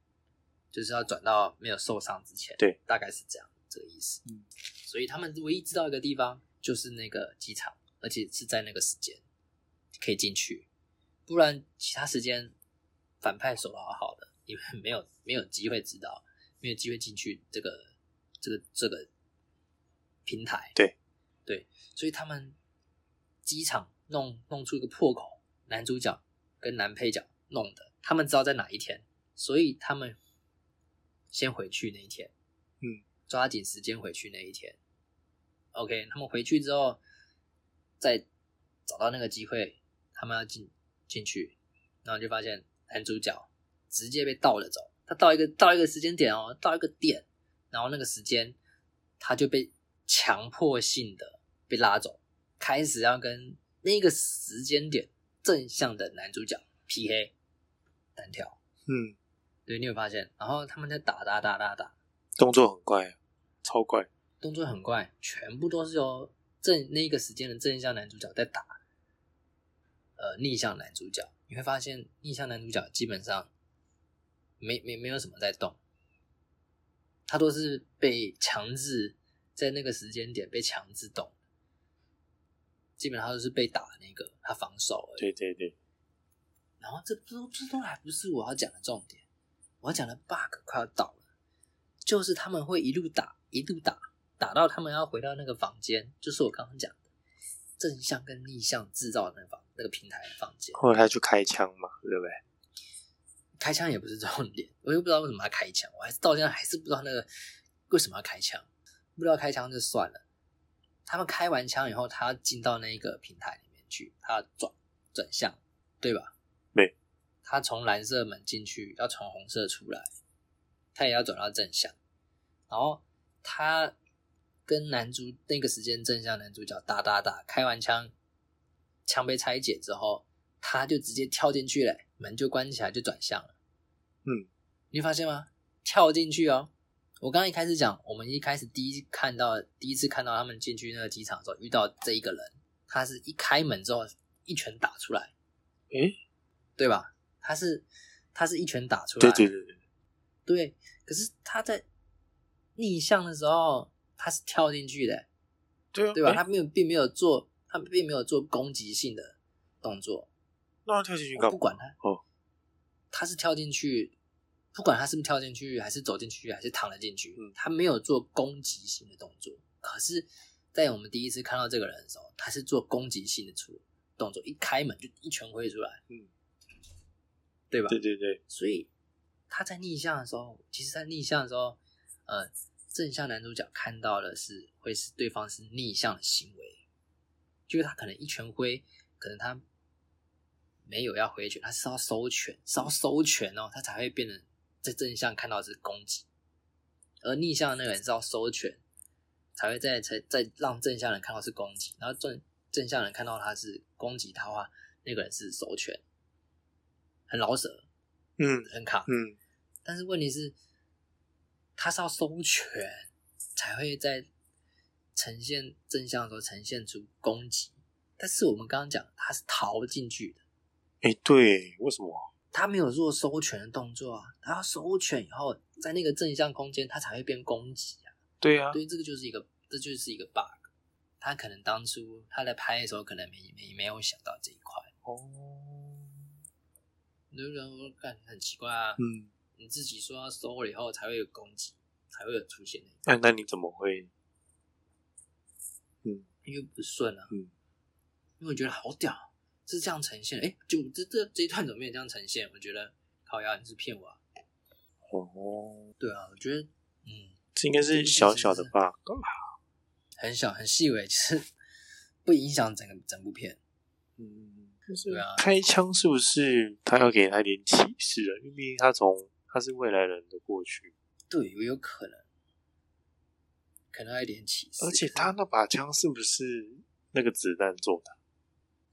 就是要转到没有受伤之前。
对，
大概是这样这个意思。
嗯，
所以他们唯一知道一个地方就是那个机场，而且是在那个时间可以进去，不然其他时间反派守的好好的，你们没有没有机会知道，没有机会进去这个这个这个平台。
对
对，所以他们机场弄弄出一个破口，男主角跟男配角弄的，他们知道在哪一天，所以他们先回去那一天，
嗯，
抓紧时间回去那一天。OK，他们回去之后，再找到那个机会，他们要进进去，然后就发现男主角直接被倒了走，他到一个到一个时间点哦，到一个点，然后那个时间他就被强迫性的被拉走，开始要跟那个时间点正向的男主角 PK 单挑。
嗯，
对，你有发现？然后他们在打打打打打，
动作很快，啊超快，
动作很怪，全部都是由正那个时间的正向男主角在打，呃，逆向男主角。你会发现，逆向男主角基本上没没没有什么在动，他都是被强制在那个时间点被强制动，基本上就是被打的那个，他防守而已。
对对对，
然后这都这都还不是我要讲的重点，我要讲的 bug 快要到了，就是他们会一路打一路打，打到他们要回到那个房间，就是我刚刚讲的正向跟逆向制造的那个房那个平台的房间。
后来他就开枪嘛，对不对？
开枪也不是重点， 我又不知道为什么要开枪，我还是到现在还是不知道那个为什么要开枪，不知道开枪就算了。他们开完枪以后，他要进到那个平台里面去，他要转转向，对吧？
对。
他从蓝色门进去，要从红色出来，他也要转到正向。然后他跟男主那个时间正向男主角打打打，开完枪，枪被拆解之后，他就直接跳进去了，门就关起来，就转向了。
嗯，
你发现吗？跳进去哦！我刚刚一开始讲，我们一开始第一看到第一次看到他们进去那个机场的时候，遇到这一个人，他是一开门之后一拳打出来，
诶
对吧？他是他是一拳打出来，
对对对对，
对，可是他在逆向的时候，他是跳进去的，
对啊
对吧？
诶
他没有，并没有做，他并没有做攻击性的动作。
那他跳进去
我
干
不
嘛？
管他，
哦，
他是跳进去，不管他是不是跳进去，还是走进去，还是躺了进去，
嗯
他没有做攻击性的动作。可是，在我们第一次看到这个人的时候，他是做攻击性的出动作，一开门就一拳挥出来，
嗯，
对吧？
对对对，
所以他在逆向的时候，其实，在逆向的时候，呃，正向男主角看到的是会是对方是逆向的行为，就是他可能一拳挥，可能他没有要挥拳，他是要收拳，是要收拳哦，他才会变得在正向看到的是攻击，而逆向的那个人是要收拳，才会在才在让正向人看到是攻击，然后正正向人看到他是攻击他的话，那个人是收拳，很老舍，
嗯
很卡。
嗯，
但是问题是，他是要收权才会在呈现正向的时候呈现出攻击。但是我们刚刚讲，他是逃进去的，
诶，对，为什么？
他没有做收权的动作啊。他要收权以后，在那个正向空间，他才会变攻击啊。
对啊，
对，这个就是一个，这就是一个 bug。他可能当初他在拍的时候，可能没没没有想到这一块，
哦，
你就觉得我感很奇怪啊。
嗯，
你自己说要收了以后，才会有攻击，才会有出现那个。
那那你怎么会？嗯，
因为不顺啊，
嗯，
因为我觉得好屌，是这样呈现的，哎、就这这这一段怎么没有这样呈现？我觉得靠呀，你是骗我啊！
哦，
对啊，我觉得嗯，
这应该是小小的 bug 吧？
很小很细微，其实不影响整个整部片。
嗯，
对啊，
开枪是不是他要给他一点启示啊？因为毕竟他从他是未来人的过去，
对，有有可能，可能还有一点启示。
而且他那把枪是不是那个子弹做的？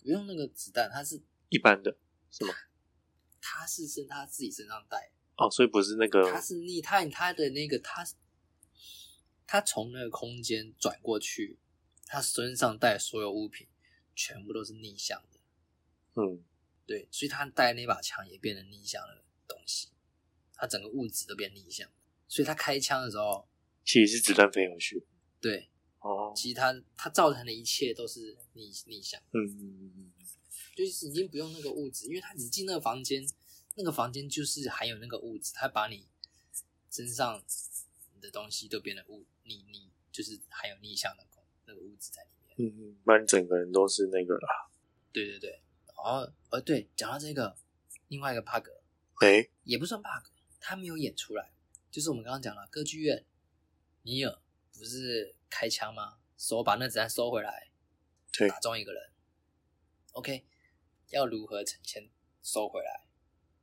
不用那个子弹，他是
一般的是吗？
他是身他自己身上带的。
哦，所以不是那个
他是逆探他的那个他，他从那个空间转过去，他身上带的所有物品全部都是逆向的，
嗯，
对，所以他带那把枪也变成逆向的东西，他整个物质都变逆向，所以他开枪的时候，
其实是子弹飞回去
对，
哦，
其实他他造成的一切都是逆逆向，
嗯嗯嗯
就是已经不用那个物质，因为他只进那个房间，那个房间就是含有那个物质，他把你身上的东西都变得物逆逆，就是含有逆向的功那个物质在里面。
嗯嗯，不然整个人都是那个啦。
对对对，哦呃对，讲到这个，另外一个 bug
诶、
也不算 bug，他没有演出来，就是我们刚刚讲了歌剧院，尼尔不是开枪吗？手把那子弹收回来，
对
打中一个人。OK，要如何呈现收回来？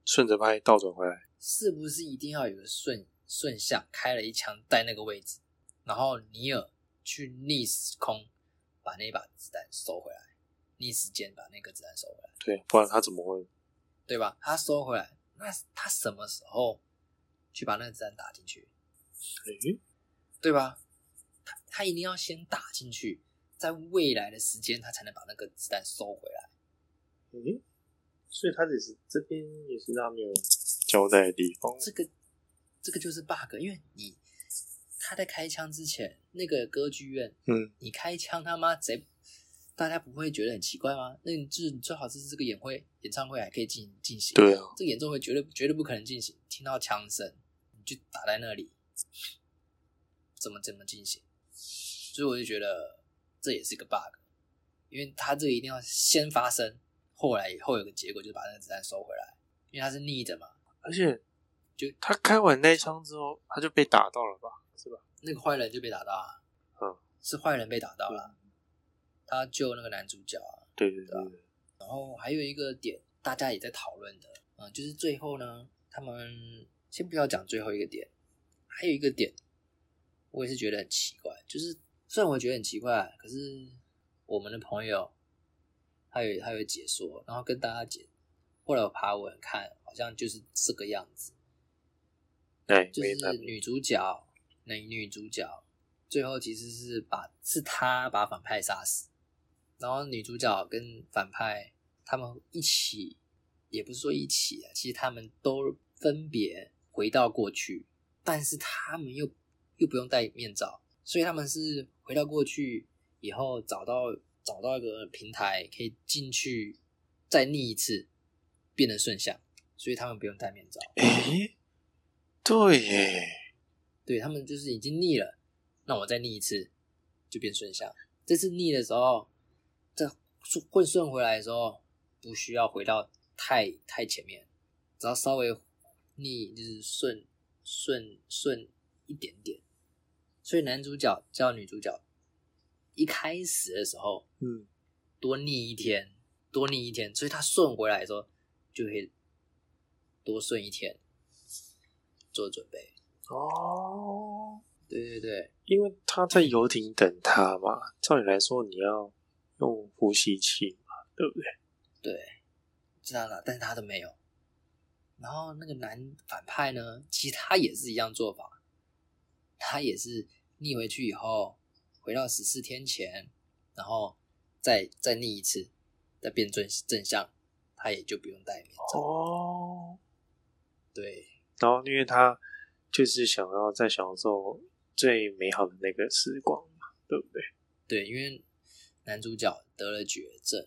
顺着拍倒转回来，
是不是一定要有个顺顺向开了一枪在那个位置，然后尼尔去逆时空把那把子弹收回来，逆时间把那个子弹收回来，
对啊，不然他怎么会？
对吧？他收回来，那他什么时候去把那个子弹打进去，
诶、
对吧？他他一定要先打进去，在未来的时间他才能把那个子弹收回来。
诶、所以他只是这边也是他没有交代的地方。
这个这个就是 bug，因为你他在开枪之前，那个歌剧院，
嗯，
你开枪他妈谁？大家不会觉得很奇怪吗？那你就是你最好是这个演会演唱会还可以进进行，
对啊，
这个演奏会绝对绝对不可能进行，听到枪声你就打在那里，怎么怎么进行？所以我就觉得这也是个 bug，因为它这个一定要先发生，后来以后有个结果就是把那个子弹收回来，因为它是逆着嘛。
而且
就
他开完那一枪之后，他就被打到了吧？是吧？
那个坏人就被打到啊，
嗯，
是坏人被打到了，他救那个男主角啊。
对对对对，
然后还有一个点，大家也在讨论的，嗯，就是最后呢，他们先不要讲最后一个点，还有一个点，我也是觉得很奇怪，就是虽然我觉得很奇怪，可是我们的朋友他有他有解说，然后跟大家解，后来我爬文看，好像就是这个样子，
哎，
就
没
是
办法
女主角，那女主角最后其实是把是她把反派杀死，然后女主角跟反派他们一起，也不是说一起啊，其实他们都分别回到过去，但是他们又又不用戴面罩，所以他们是回到过去以后找到找到一个平台可以进去再逆一次，变得顺向，所以他们不用戴面罩。
哎，对耶，
对他们就是已经腻了，那我再腻一次，就变顺向。这次腻的时候，再顺混顺回来的时候，不需要回到太太前面，只要稍微逆就是顺顺顺一点点。所以男主角叫女主角，一开始的时候
嗯，
多逆一天，多逆一天，所以他顺回来的时候就可以多顺一天，做准备。
哦，
对对对。
因为他在游艇等他嘛，照理来说你要用呼吸器嘛，对不对？
对，知道了，但是他都没有。然后那个男反派呢，其实他也是一样做法，他也是逆回去以后，回到十四天前，然后再再逆一次，再变正正向，他也就不用戴面罩。
哦，
对
然后因为他就是想要在享受最美好的那个时光嘛，对不对？
对，因为男主角得了绝症，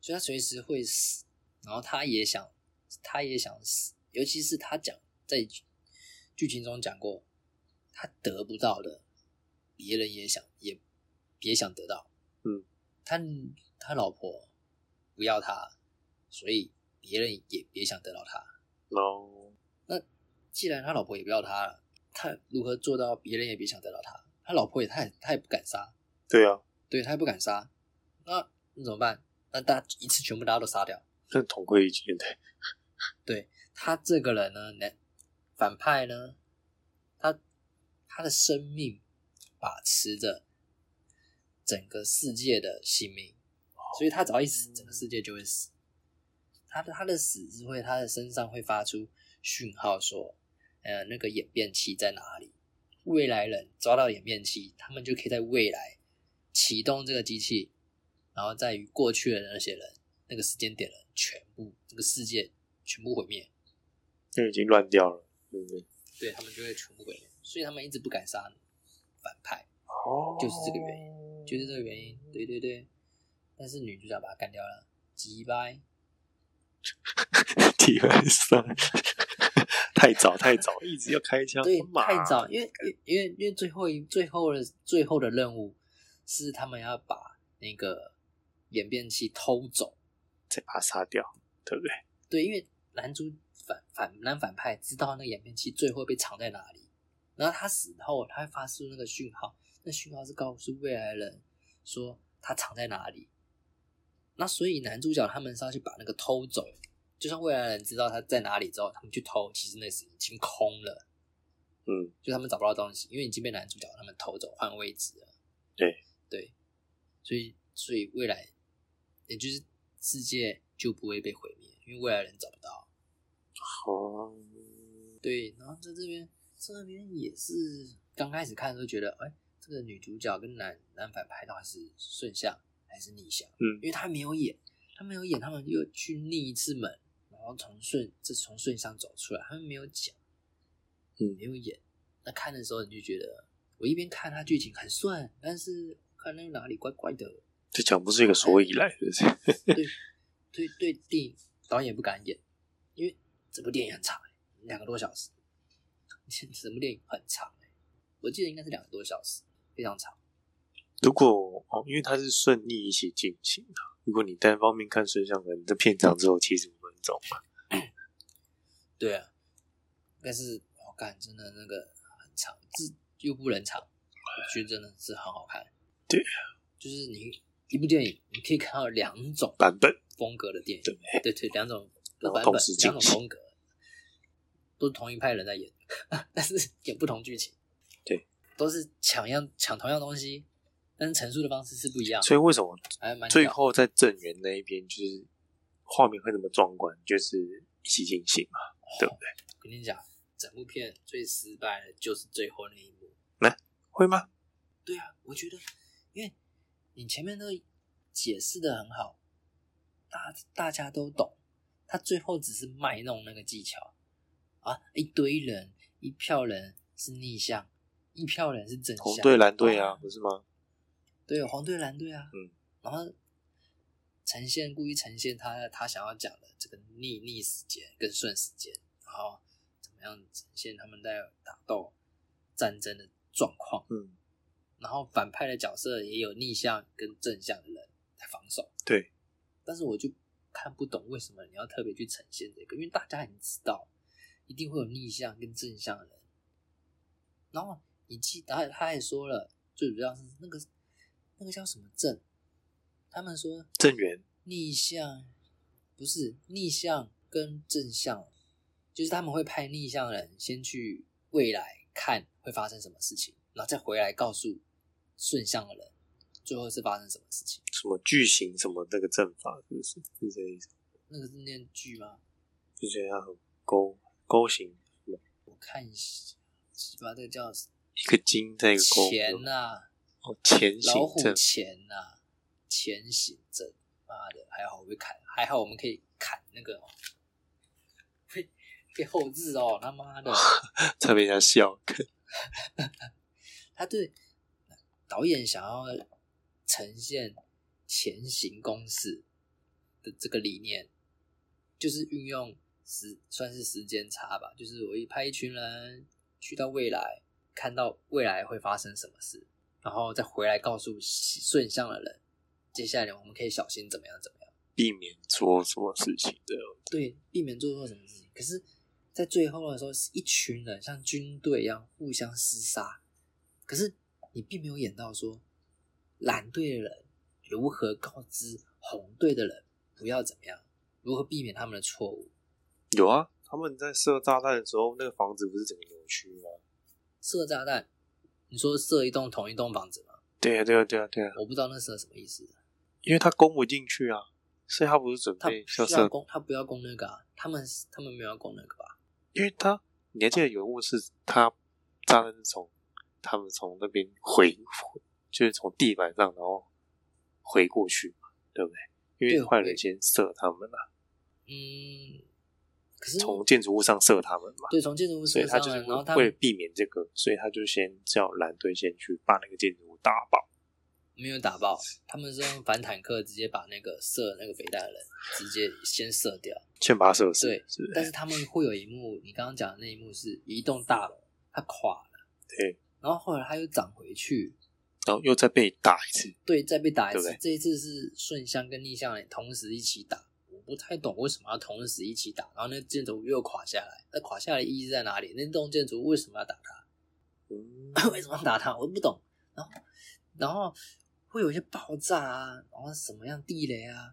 所以他随时会死。然后他也想，他也想死，尤其是他讲在剧剧情中讲过，他得不到的，别人也想也也想得到。
嗯，
他他老婆不要他，所以别人也别想得到他。
然后
既然他老婆也不要他了，他如何做到别人也别想得到他？他老婆也他也他也不敢杀，
对啊，
对他也不敢杀，那那怎么办？那大家一次全部大家都杀掉。
这同归于尽的，
他这个人呢，男反派呢，他他的生命把持着整个世界的性命，所以他只要一死，整个世界就会死。他的他的死是会他的身上会发出讯号说，呃，那个演变器在哪里？未来人抓到演变器，他们就可以在未来启动这个机器，然后再与过去的那些人那个时间点的人全部这个世界全部毁灭。
就已经乱掉了，对不对？
对他们就会全部毁灭，所以他们一直不敢杀反派，
哦
就是这个原
因
就是这个原因。对对对，但是女主角把他干掉了，鸡掰。
体外伤，太早太早，一直要开枪，
对，
妈
太，早，因为因为因为最后一最后的最后的任务是他们要把那个演变器偷走。
再把他杀掉，对不对？
对，因为男主反反男反派知道那个演变器最后被藏在哪里，然后他死后他会发出那个讯号，那讯号是告诉未来人说他藏在哪里。那所以男主角他们是要去把那个偷走，就算未来人知道他在哪里之后，他们去偷，其实那是已经空了，
嗯，
就他们找不到东西，因为已经被男主角他们偷走换位置了。
对
对，所以所以未来也就是世界就不会被毁灭，因为未来人找不到。
哦，
对，然后在这边这边也是刚开始看都觉得，哎、这个女主角跟男男反派到底是顺向还是逆向？
嗯
因为他没有演，他没有演，他们又去逆一次门，然后从顺这从顺向走出来，他们没有讲，
嗯
没有演。那看的时候你就觉得我一边看它剧情很顺，但是看那哪里怪怪的，
这讲不出一个所以来，是不是？
对对对，电影导演也不敢演，因为这部电影很长、欸两个多小时， 这部电影很长、欸我记得应该是两个多小时，非常长。
如果哦，因为它是顺利一起进行的，如果你单方面看顺向的，你的片长只有七十五分钟嘛，
对啊，但是我看真的那个很长，字又不能长，我觉得真的是很好看。
对，
就是你一部电影，你可以看到两种
版本
风格的电影，
对
对对，两种
然后
版
同
本，
时进
两种
行
风格，都是同一派人在演， 但是有不同剧情。
对，
都是抢样抢同样东西，但是陈述的方式是不一样，
所以为什么
还蛮
最
屌
后在正源那一边就是画面会那么壮观，就是一起进行嘛？
我跟你讲，整部片最失败的就是最后那一幕。
会吗？
对啊，我觉得，因为你前面都解释的很好，大大家都懂，他最后只是卖弄那个技巧啊，一堆人，一票人是逆向，一票人是正向，
红队蓝队啊，，不是吗？
对，黄队蓝队啊，
嗯，
然后呈现故意呈现他他想要讲的这个逆逆时间跟顺时间，然后怎么样呈现他们在打斗战争的状况。
嗯，
然后反派的角色也有逆向跟正向的人来防守。
对，
但是我就看不懂为什么你要特别去呈现这个，因为大家已经知道一定会有逆向跟正向的人。然后你记，他他也说了，最主要是那个那个叫什么正，他们说
正源
逆向不是逆向跟正向，就是他们会派逆向人先去未来看会发生什么事情，然后再回来告诉顺向的人最后是发生什么事情。
什么巨型什么那个阵法，是不是？是这个意思？
那个是念剧吗？
就觉得它很勾勾形，
我看一下，什么这个叫
一个金在一个勾，
钱呐、
哦，前行
老虎
阵
钳呐、前行阵，妈的，还好我会砍，还好我们可以砍那个、哦， 会会后置哦，他妈 的。
特别想笑，
他对导演想要呈现前行公式的这个理念，就是运用时算是时间差吧，就是我一派一群人去到未来，看到未来会发生什么事，然后再回来告诉顺向的人，接下来我们可以小心怎么样怎么样。
避免做什么事情的。
对，避免做错什么事情。可是，在最后的时候，是一群人像军队一样互相厮杀。可是你并没有演到说蓝队的人如何告知红队的人不要怎么样，如何避免他们的错误。
有啊，他们在射炸弹的时候，那个房子不是整个扭曲吗？
射炸弹，你说射一栋同一栋房子吗？
对啊，对啊，对啊，对啊，
我不知道那射什么意思。
因为他攻不进去啊，所以他不是准
他
备要
不需要
射，
攻，他不要攻那个啊，他们他们没有要攻那个吧？
因为他你还记得有一幕是他炸弹是从他们从那边回，就是从地板上然后回过去嘛，对不对？因为
对
坏人先射他们了，
嗯，可是
从建筑物上射他们嘛，
对从建筑物
所以
嗯射
他
上
就是
来，然后他
为了
们
避免这个，所以他就先叫蓝队先去把那个建筑物打爆。
没有打爆，他们是用反坦克直接把那个射那个飞弹的人直接先射掉。
先把他射死，
对
是不
但
是？
是他们会有一幕，你刚刚讲的那一幕是一栋大楼它垮了，
对，
然后后来它又涨回去，
然后又再被打一 次，
对，再被打一次。
对不对
这一次是顺向跟逆向同时一起打，我不太懂为什么要同时一起打。然后那建筑物又垮下来，那垮下来的意义在哪里？那栋建筑物为什么要打它？
嗯，
为什么要打他？我不懂。然后，然后会有一些爆炸啊，然后什么样地雷啊？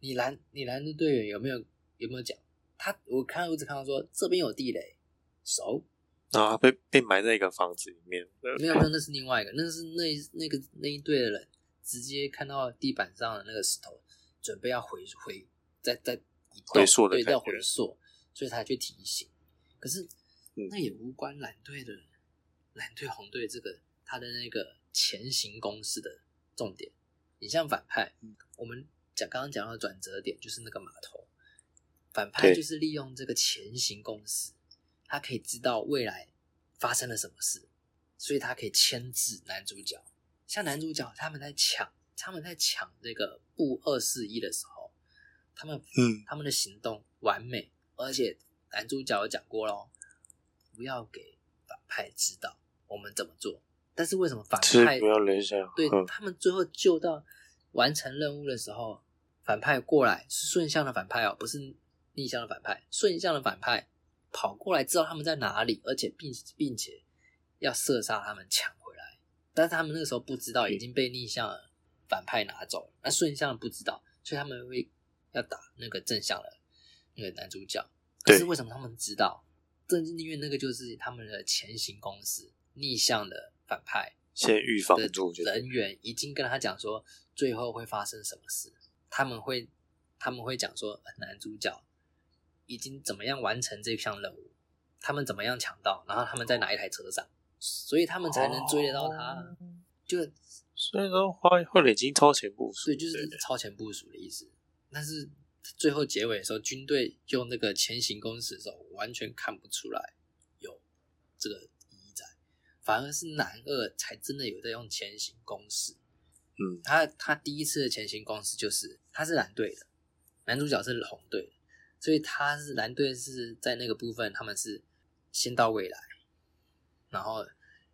你拦你拦的队员有没有有没有讲？他我看我只看到说这边有地雷，熟
然后他被被埋在一个房子里面，
没有没有，那是另外一个，那是那那个那一队的人直接看到地板上的那个石头，准备要回回再再移动
回溯的
对，
感
要
觉
回溯，所以他去提醒。可是
嗯
那也无关蓝队的蓝队红队这个他的那个前行攻势的重点。你像反派，我们讲刚刚讲到的转折点就是那个码头，反派
对
就是利用这个前行攻势，他可以知道未来发生了什么事，所以他可以牵制男主角。像男主角他们在抢他们在抢这个布二四一的时候，他们
嗯，
他们的行动完美，而且男主角有讲过咯，不要给反派知道我们怎么做。但是为什么反
是
派
不要联想，
对
嗯
他们最后救到完成任务的时候，反派过来是顺向的反派哦，不是逆向的反派，顺向的反派跑过来知道他们在哪里，而且并并且要射杀他们抢回来，但是他们那个时候不知道
嗯
已经被逆向的反派拿走了，那顺向的不知道，所以他们会要打那个正向的那个男主角，可
对
是为什么他们知道？正因为那个就是他们的前行公司逆向的反派，
先预防
的
住，我觉得
人员已经跟他讲说最后会发生什么事，他们会他们会讲说呃男主角已经怎么样完成这项任务，他们怎么样抢到，然后他们在哪一台车上，所以他们才能追得到他。啊
哦
就
所以说会会累积超前部署，
对，就是超前部署的意思。但是最后结尾的时候，军队用那个前行公式的时候，完全看不出来有这个意义在，反而是男二才真的有在用前行公式。
嗯，
他他第一次的前行公式就是他是蓝队的，男主角是红队的，所以他是蓝队是在那个部分他们是先到未来，然后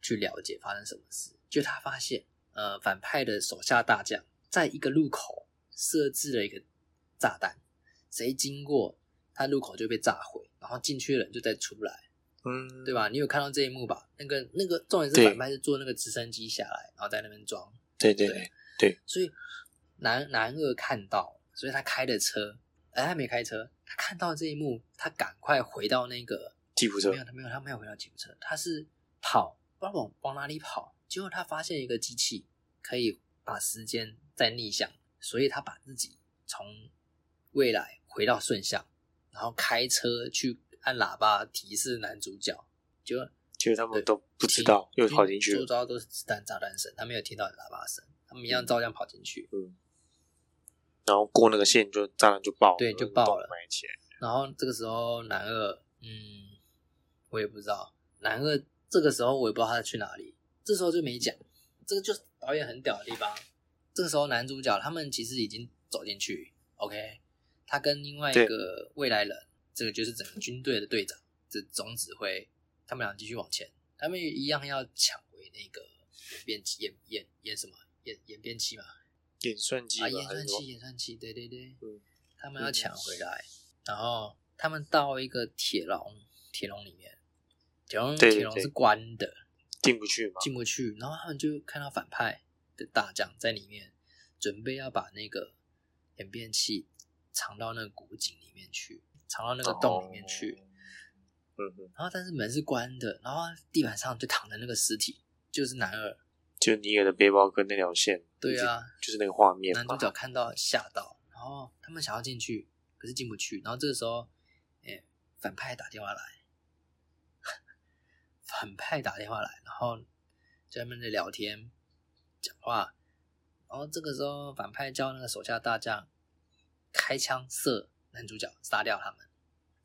去了解发生什么事。就他发现，呃，反派的手下大将在一个路口设置了一个炸弹，谁经过他路口就被炸毁，然后进去的人就再出来。
嗯，
对吧？你有看到这一幕吧？那个那个重点是
对
反派是坐那个直升机下来，然后在那边装，
对对
对
对，
所以男男二看到，所以他开的车，哎，他没开车，他看到这一幕，他赶快回到那个
吉普车
没有，他没有，他没有回到吉普车，他是跑，不知道往往哪里跑，结果他发现一个机器可以把时间再逆向，所以他把自己从未来回到顺向，然后开车去按喇叭提示男主角，结果
其实他们
对
都不知道，又跑进去
周
了，
遭都是子弹、炸弹声，他没有听到喇叭声，他们一样照样跑进去。
嗯，然后过那个线就炸弹就爆了，
对就爆了
埋起来，
然后这个时候男二，嗯，我也不知道，男二这个时候我也不知道他去哪里，这时候就没讲，这个就是导演很屌的地方。这个时候男主角他们其实已经走进去，OK，他跟另外一个未来人，这个就是整个军队的队长，这总指挥，他们俩继续往前，他们一样要抢回那个演变器，演演演什么演演变器嘛，
演算机
啊，
吧
演
还
算
是什么
器，演算器，对对对，
嗯
他们要抢回来，然后他们到一个铁笼，铁笼里面，铁笼
对对
铁笼
对
是关的，
进不去嘛，
进不去，然后他们就看到反派的大将在里面，准备要把那个演变器藏到那个古井里面去，藏到那个洞里面去，
哦，嗯哼，
然后但是门是关的，然后地板上就躺着那个尸体，就是男二，
就尼尔的背包跟那条线，
对啊，
就是那个画面嘛，
男主角看到吓到，然后他们想要进去，可是进不去。然后这个时候，哎、反派打电话来， 反派打电话来，然后在他们在聊天、讲话。然后这个时候，反派叫那个手下大将开枪射男主角，杀掉他们。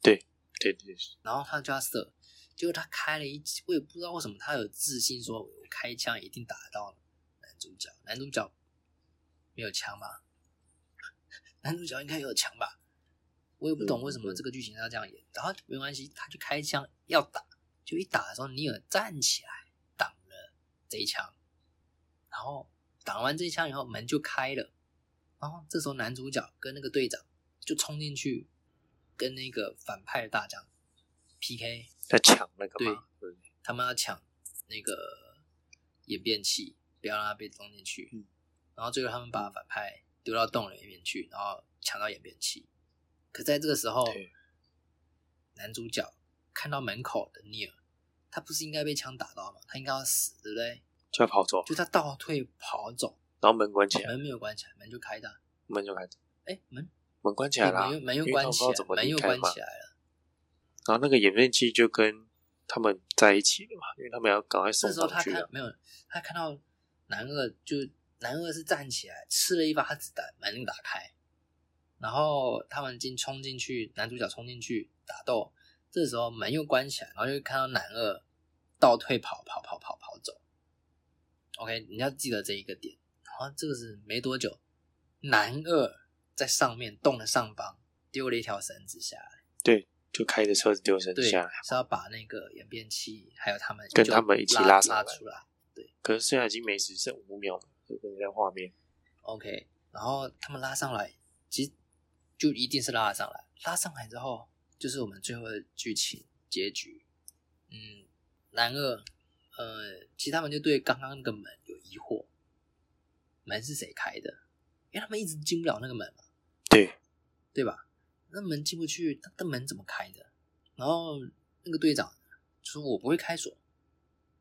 对对，
然后他就要射，结果他开了一，我也不知道为什么他有自信说，我开枪一定打得到男主角，男主角没有枪吧？ 男主角应该有枪吧？我也不懂为什么这个剧情要这样演。然后没关系，他就开枪要打，就一打的时候，尼尔站起来挡了这一枪，然后挡完这一枪以后，门就开了，然后这时候男主角跟那个队长就冲进去，跟那个反派的大将 PK，
在抢那个嘛，对，
他们要抢那个演变器，不要让它被装进去。
嗯
然后最后他们把反派丢到洞里面去，然后抢到演变器。可在这个时候
对，
男主角看到门口的尼尔，他不是应该被枪打到吗？他应该要死，对不对？
就要跑走，
就他倒退跑走，
然后门关起来，
门没有关起来，门就开的。
门就开，
哎，门
门关起来
对
了
门
啊，
又门又
因为他
关
们不
起
知道
来
怎
了，
么
门
离
又
开
关
嘛，
起来了。
然后那个演变器就跟他们在一起了嘛，因为他们要赶快送
这时候
上
他
去
看
了，
没有，他看到男二就男二是站起来吃了一发子弹，门打开，然后他们进冲进去，男主角冲进去打斗，这时候门又关起来，然后就看到男二倒退跑跑跑跑跑走。OK，你要记得这一个点。然后这个是没多久，男二在上面动了上方，丢了一条绳子下来，
就开着车子丢绳
对，
下来。
是要把那个演变器还有他们
跟
就
他们一起
拉
拉上来
出来。
可是现在已经没时，剩五秒了，就跟在画面。
OK，然后他们拉上来，其实就一定是拉得上来。拉上来之后，就是我们最后的剧情结局。嗯，男二，呃，其实他们就对刚刚那个门有疑惑，门是谁开的？因为他们一直进不了那个门嘛，
对，
对吧？那门进不去，那那门怎么开的？然后那个队长就说：“我不会开锁。”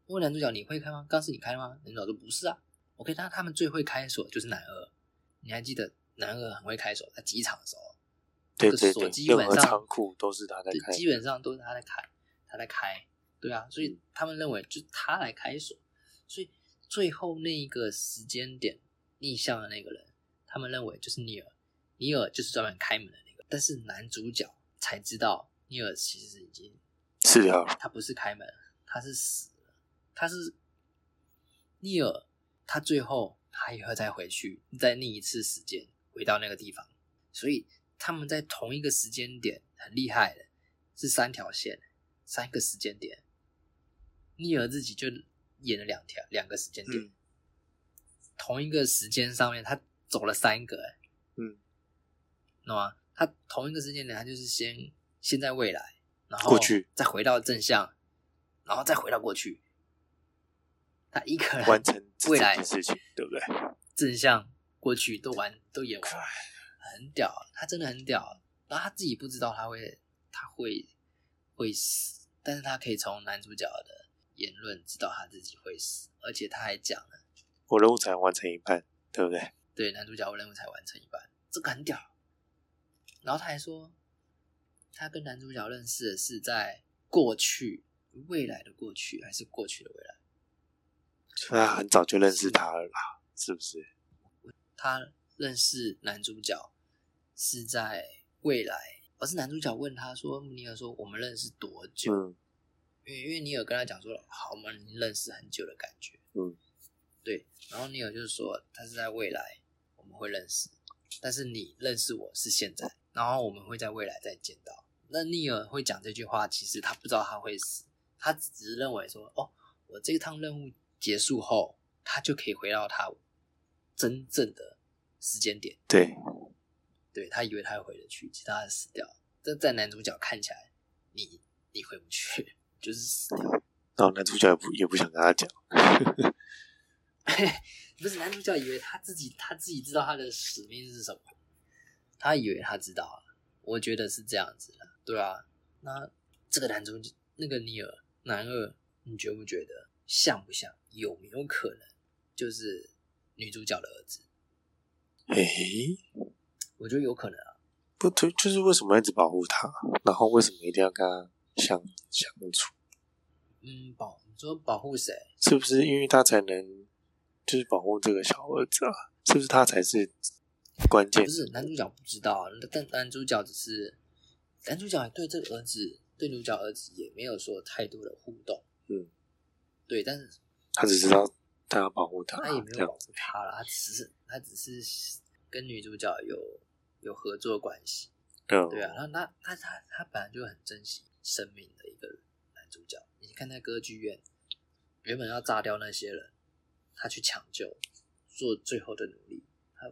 问男主角：“你会开吗？刚是你开吗？”男主角说：“不是啊。”OK，那他们最会开锁就是男二。你还记得男二很会开锁，在机场的时候，
对
这
对
锁
对
基，本
任何
上
仓库都是他在
对，
开。
基本上都是他在开，他在开，对啊，所
嗯
以他们认为就是他来开锁，所以最后那一个时间点逆向的那个人，他们认为就是尼尔，尼尔就是专门开门的那个，但是男主角才知道尼尔其实已经
是啊，
他不是开门，他是死了，他是尼尔，他最后他也会再回去，再另一次时间回到那个地方，所以他们在同一个时间点很厉害的，是三条线，三个时间点，尼尔自己就演了两条两个时间点，
嗯
同一个时间上面他走了三个、欸，
嗯，
懂吗？他同一个时间点，他就是先先在未来，然后
过去，
再回到正向，然后再回到过去。他一个人
完 成这
未来
件事情，对不 对？
正向、过去都玩都演完，很屌，啊他真的很屌。然后他自己不知道他会他会会死，但是他可以从男主角的言论知道他自己会死，而且他还讲了，
我任务才完成一半，对不对？
对男主角任务才完成一半，这个很屌。然后他还说，他跟男主角认识的是在过去、未来的过去，还是过去的未来？
那很早就认识他了啦，是不是？
他认识男主角是在未来，而是男主角问他说：“尼尔说我们认识多久？”
嗯，
因为因为尼尔跟他讲说：“好，我们认识很久的感觉。”
嗯，
对。然后尼尔就是说他是在未来我们会认识，但是你认识我是现在，然后我们会在未来再见到。那尼尔会讲这句话，其实他不知道他会死，他只是认为说：“哦，我这趟任务结束后，他就可以回到他真正的时间点。”
对，
对他以为他回得去，其实他死掉了。但在男主角看起来，你你回不去， 就是死掉。
然后男主角也不也不想跟他讲，
不是男主角以为他自己他自己知道他的使命是什么，他以为他知道了。我觉得是这样子的，对啊。那这个男主角那个尼尔男二，你觉不觉得像不像？有没有可能就是女主角的儿子？
诶，
我觉得有可能啊。
哎不对，就是为什么一直保护他，然后为什么一定要跟他相相处？
嗯，保你说保护谁？
是不是因为他才能就是保护这个小儿子啊？是不是他才是关键
不？是男主角不知道，但男主角只是男主角对这个儿子，对女主角儿子也没有说太多的互动。
嗯，
对，但是
他只知道他要保护他，
他也没
这
有
样
保护他了，他只是他只是跟女主角有有合作关系。
嗯，
对啊，然后他他他他本来就很珍惜生命的一个男主角。你看在歌剧院，原本要炸掉那些人，他去抢救，做最后的努力。他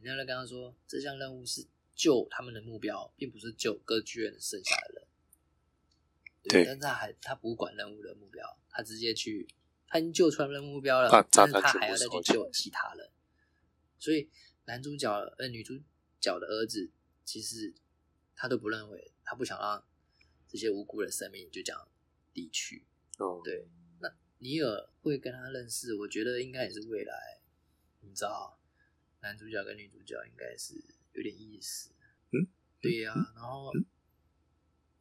人家就跟他说，这项任务是救他们的目标，并不是救歌剧院剩下的人。
对
但是他还他不管任务的目标，他直接去，他已经救出来任务目标了
把，炸
但是
弹
他
全
还
部
要再去
收起
救其他人。所以男主角呃女主角的儿子，其实他都不认为，他不想让这些无辜的生命就这样离去。
嗯，
对，那尼尔会跟他认识，我觉得应该也是未来，你知道，男主角跟女主角应该是有点意思。
嗯，
对呀、然后，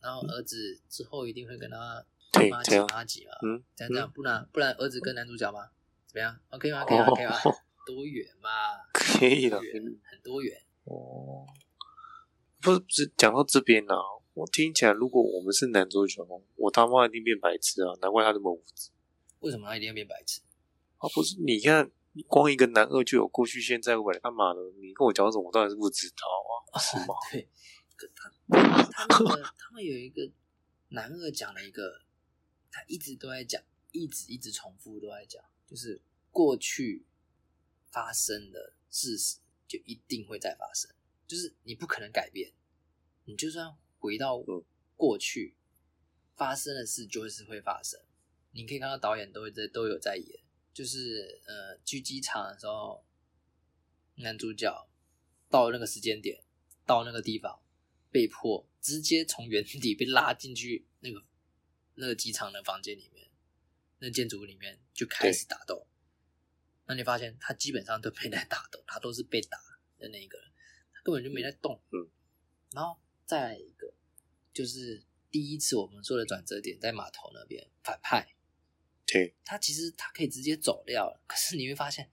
然后儿子之后一定会跟他
对
妈
这
几
样
妈几嘛，
嗯，
这样这样，不然不然儿子跟男主角吗？怎么样？OK 吗？可以吗？可以吗？
哦，
多远嘛？
可以了
多，远很多远。
哦，啊不是不是，讲到这边呢、我听起来，如果我们是男主角，我我他妈一定变白痴啊！难怪他这么无知。
为什么他一定要变白痴？
啊，不是，你看，光一个男二就有过去、现在、未来，干嘛呢？你跟我讲什么，我当然是不知道啊，是吗？
对，可他他那个他们有一个男二讲了一个，他一直都在讲，一直一直重复都在讲，就是过去发生的事实就一定会再发生，就是你不可能改变，你就算回到
嗯
过去发生的事，就会是会发生。你可以看到导演都会在都有在演，就是呃去机场的时候，男主角到了那个时间点，到那个地方，被迫直接从原地被拉进去那个那个机场的房间里面，那建筑物里面就开始打斗。那你发现他基本上都没在打斗，他都是被打的那一个人，他根本就没在动。
嗯。
然后再来一个，就是第一次我们说的转折点在码头那边，反派
对，
他其实他可以直接走掉了，可是你会发现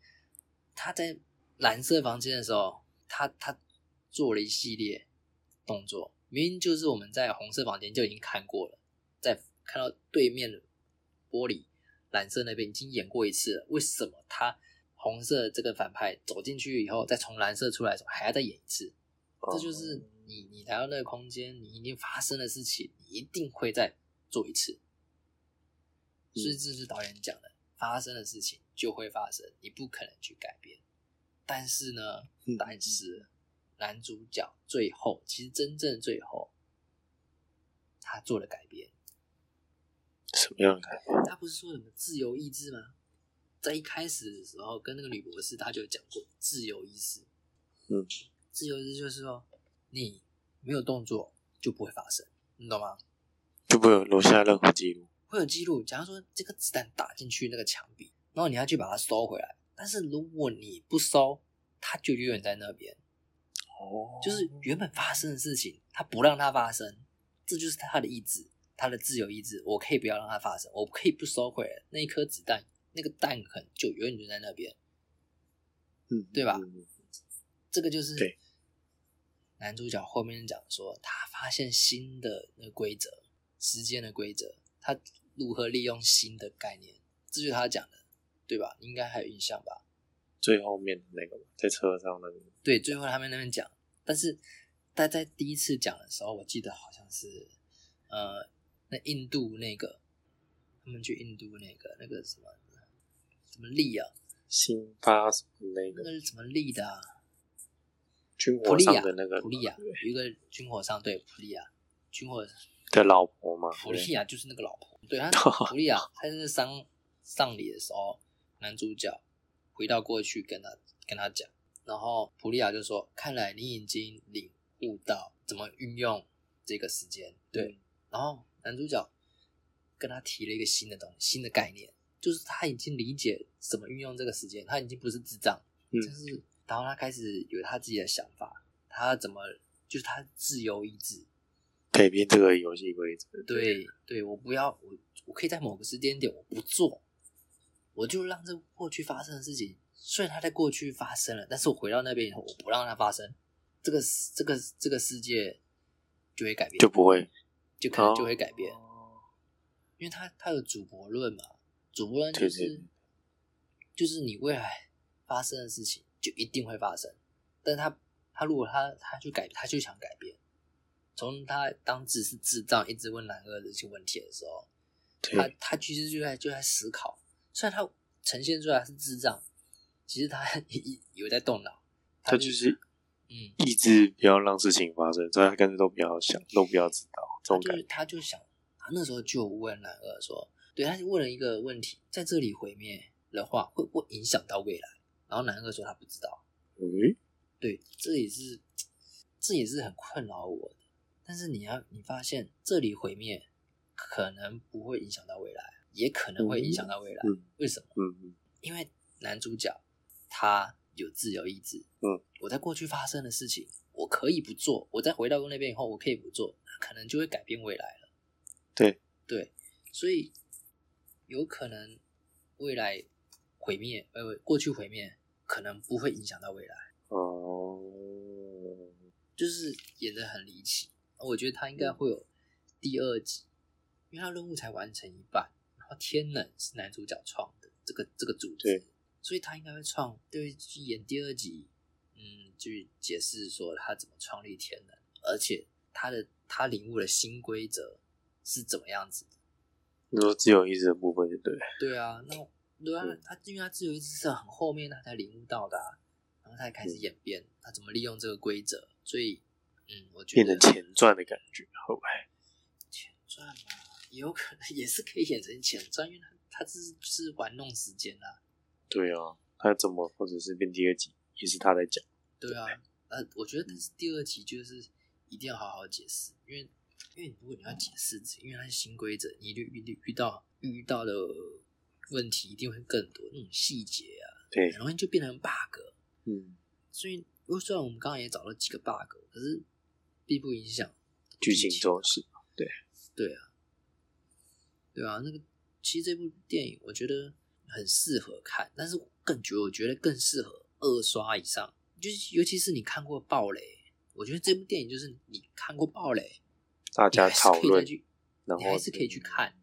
他在蓝色房间的时候，他他做了一系列动作，明明就是我们在红色房间就已经看过了，在看到对面的玻璃蓝色那边已经演过一次了，为什么他红色这个反派走进去以后，再从蓝色出来的时候还要再演一次？
嗯哦
这就是你你来到那个空间，你已经发生的事情，你一定会再做一次。
嗯
所以这是导演讲的，发生的事情就会发生，你不可能去改变。但是呢
嗯，
但是男主角最后其实真正最后，他做了改变。
什么样的？
他不是说什么自由意志吗？在一开始的时候，跟那个女博士他就有讲过自由意志。
嗯，
自由意志就是说，你没有动作就不会发生，你懂吗？
就不会有留下任何记录。
会有记录。假如说这个子弹打进去那个墙壁，然后你要去把它收回来，但是如果你不收，它就永远在那边。
哦
就是原本发生的事情，他不让它发生，这就是他的意志，他的自由意志。我可以不要让它发生，我可以不收回来那一颗子弹，那个弹痕就永远就在那边。
嗯，
对吧
嗯
这个就是
对
男主角后面讲说，他发现新的那个规则，时间的规则，他如何利用新的概念，这就是他讲的，对吧？应该还有印象吧？
最后面的那个嘛在车上那个，
对，最后他们那边讲，但是他在第一次讲的时候，我记得好像是呃，那印度那个，他们去印度那个那个什么什么力啊，
辛巴什么那个
那个是什么力的啊？
军
普
火
利
商
亚
的那个
普利亚有一个军火商，对普利亚军火
的老婆嘛，
普利亚啊就是那个老婆，对他普利啊亚，他在丧丧礼的时候，男主角回到过去跟他跟他讲，然后普利亚就说：“看来你已经领悟到怎么运用这个时间。”对，然后男主角跟他提了一个新的东新的概念，就是他已经理解怎么运用这个时间，他已经不是智障，
嗯
就是然后他开始有他自己的想法，他怎么就是他自由意志，
改变这个游戏规则。
对对，我不要，我我可以在某个时间点我不做，我就让这过去发生的事情，虽然它在过去发生了，但是我回到那边以后，我不让它发生，这个世这个这个世界就会改变，
就不会
就可能就会改变，
哦
因为它它有主博论嘛，主博论就
对
是
对对
就是你未来发生的事情就一定会发生，但他他如果他他去改，他就想改变，从他当自是智障一直问男二这些问题的时候。他
对，
他其实就在就在思考，虽然他呈现出来是智障，其实他 也有在动脑，
他就是
嗯，
抑制不要让事情发生，所以他干脆都不要想，都不要知道这
他
种
就
感
是
觉。
他就想，他那时候就有问男二说，对，他就问了一个问题，在这里毁灭的话，会不会影响到未来？然后男二说他不知道，
嗯，
对，这也是这也是很困扰我的。但是你要你发现这里毁灭可能不会影响到未来，也可能会影响到未来，
嗯
为什么？
嗯嗯，
因为男主角他有自由意志，
嗯，
我在过去发生的事情，我可以不做，我在回到那边以后，我可以不做，那可能就会改变未来了。
对
对，所以有可能未来毁灭，呃，过去毁灭可能不会影响到未来，
哦，
就是演的很离奇。我觉得他应该会有第二集，因因为他任务才完成一半，然后天冷是男主角创的这个这个主
对
题，所以他应该会创，对，去演第二集，嗯，去解释说他怎么创立天能，而且他的他领悟了新规则是怎么样子的。
你说自由意志的部分，对不对？
对啊，那对啊
嗯，
他因为他自由意志是很后面他才领悟到的、啊，然后他也开始演变，他怎么利用这个规则，所以嗯，我觉
变
得
成前传的感觉，后来
前传嘛，也有可能也是可以演成前传，因为他他这是是玩弄时间啊，
对啊，他怎么或者是变第二集也是他在讲，
对啊，呃，我觉得但是第二集就是一定要好好解释，因为因为如果你要解释，因为它是新规则，你遇遇遇到遇到的问题一定会更多，那种细节啊，
对
很，容易就变成 bug。
嗯，
所以，虽然我们刚刚也找了几个 bug，可是并不影响
剧情
啊
中是
对啊，对啊，那个其实这部电影我觉得很适合看，但是我更觉得我觉得更适合二刷以上，就是尤其是你看过暴雷，我觉得这部电影就是你看过暴雷，
大
你还
家
是
讨
可以再
论，
去，
然
你
后
还是可以去看，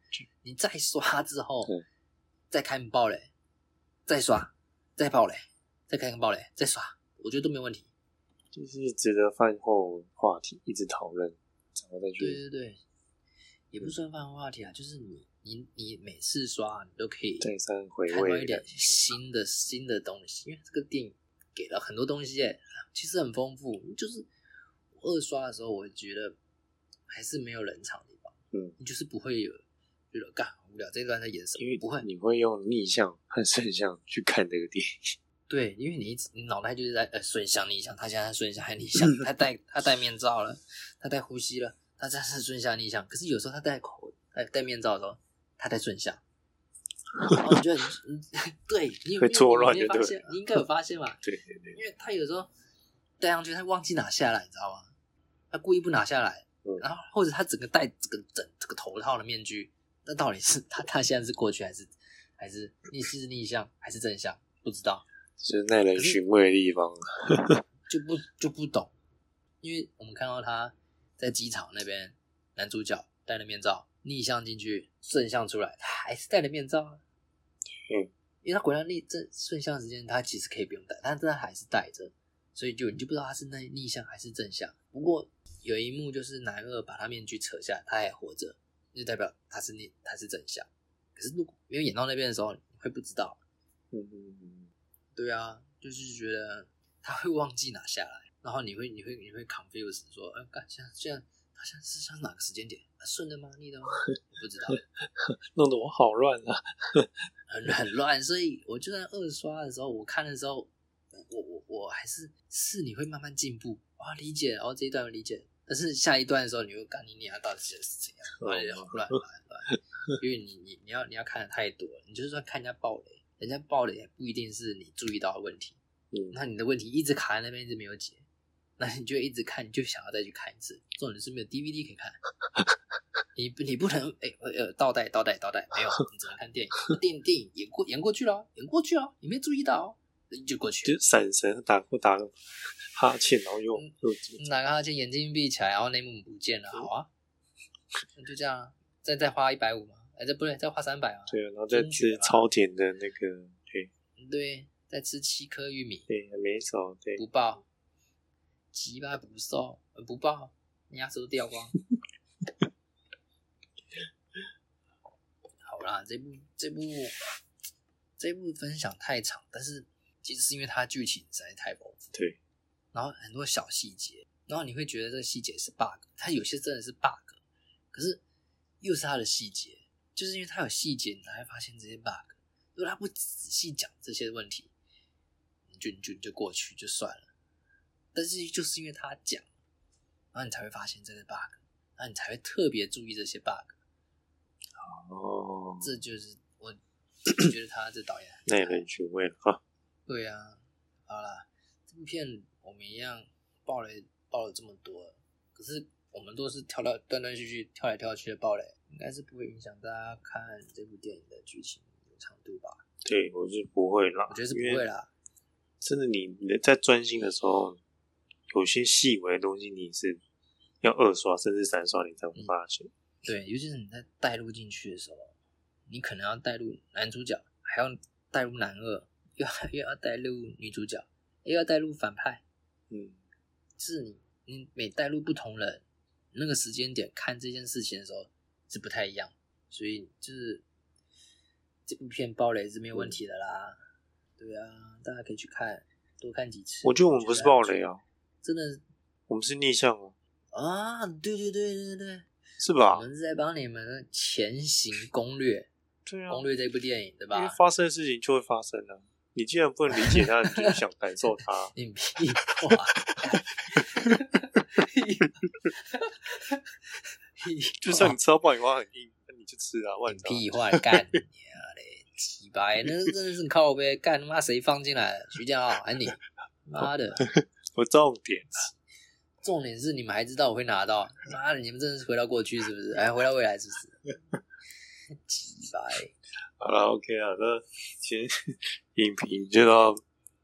你再刷之后
对，
再看暴雷，再刷，再暴雷，再看暴雷，再刷，我觉得都没问题。
就是值得饭后话题一直讨论，然后再
对
去
对对，也
嗯
不算泛话题啊，就是你你你每次刷你都可以
再三回
看到
味
一
的感
点
觉。
新的新的东西，因为这个电影给了很多东西耶，其实很丰富。就是我二刷的时候，我觉得还是没有冷场的地方，
嗯，
就是不会有觉得干好无聊这一段在演什
因为
么，不会，
你会用逆向和正向去看这个电影，
对，因为你一直你脑袋就是在呃顺向逆向，他现在在顺向还 逆向，他戴他戴面罩了，他戴呼吸了，他现在是顺向逆向。可是有时候他戴口戴戴面罩的时候，他戴顺向，然后你就很嗯 对你有
会
你有
错乱
你有
就
发
对
现，你应该有发现吧？
对对对，
因为他有时候戴上去，他忘记拿下来，你知道吗？他故意不拿下来，
嗯
然后或者他整个戴整个整这个头套的面具，那到底是他他现在是过去还是还是逆是逆向还是正向？不知道。
就是耐人寻味的地方啊。
就不就不懂，因为我们看到他在机场那边，男主角戴了面罩，逆向进去，顺向出来，他还是戴了面罩啊。
嗯，
因为他回来逆这顺向时间，他其实可以不用戴，但是他还是戴着，所以就你就不知道他是那逆向还是正向。不过有一幕就是男二把他面具扯下来，他还活着，就代表他是逆他是正向。可是如果没有演到那边的时候，你会不知道。
嗯嗯嗯，
对啊，就是觉得他会忘记拿下来，然后你会你会你会 confuse 说，嗯、干现在现在他现在是像哪个时间点？啊顺的吗？逆的吗？我不知道，
弄得我好乱啊。
很很乱。所以我就算二刷的时候，我看的时候，我我我我还是是你会慢慢进步，哇，理解，然后这一段理解，但是下一段的时候，你会干你你要到底是怎样？乱乱乱乱，因为你你你要你要看的太多了，你就算看人家暴雷，人家暴雷也不一定是你注意到的问题。
嗯，
那你的问题一直卡在那边，一直没有解，那你就一直看，你就想要再去看一次。重点是没有 DVD 可以看， 你不你不能哎、呃呃倒带倒带倒带，没有，你只能看电影。那电影电影演过演过去了哦，演过去了哦，你没注意到哦，就过去
就。闪神打过打个哈欠，然后又
嗯
又
哪个他就眼睛闭起来，然后内幕不见了，好啊，那就这样啊，再再花一百五嘛，哎，这不对，再花三百嘛，
对啊，然后再
真
吃
绝啊
超甜的那个，对
对，再吃七颗玉 米，
对，还没少对
不报，鸡巴不瘦，呃不报，你牙齿都掉光。好啦，这部这部这部分享太长，但是其实是因为它剧情实在太丰富，
对，
然后很多小细节，然后你会觉得这个细节是 bug，它有些真的是 bug，可是又是它的细节，就是因为它有细节，你才会发现这些 bug。如果他不仔细讲这些问题，你就你就你就过去就算了。但是就是因为他讲，然后你才会发现这个 bug，然后你才会特别注意这些 bug。
哦，
这就是我 我觉得他这导演
耐人寻味了啊。
对啊，好啦，这部片我们一样爆雷爆了这么多，可是我们都是跳到断断续续、跳来跳去的爆雷，应该是不会影响大家看这部电影的剧情长度吧？
对，我是不会啦，
我觉得是不
因为
会啦。
真的你你在专心的时候，有些细微的东西你是要二刷甚至三刷你才会发现。
对，尤其是你在带入进去的时候，你可能要带入男主角，还要带入男二，又要又要带入女主角，又要带入反派，
嗯，
就是你你每带入不同人，那个时间点看这件事情的时候是不太一样，所以就是这部片爆雷是没有
嗯
问题的啦。对啊，大家可以去看，多看几次。
我觉得我们不是暴雷，啊，
真的
我们是逆向啊，
啊，对对对对对，
是啊
我
吧？
们是在帮你们前行攻略。
对啊，
攻略这部电影，对
因为
吧？
发生的事情就会发生啊。你既然不能理解它，你就想感受它。
硬屁话，
就算你吃到爆米花很硬，那你就吃啊，万
硬
达。
屁话，干你啊嘞！鸡掰，那真的是靠呗，干他妈谁放进来的？徐建豪，还你，妈的！
我重点，
重点是你们还知道我会拿到，啊妈的，你们真的是回到过去是不是？哎，回到未来是 不是？鸡掰，
好了，OK 啊，那今天影评就到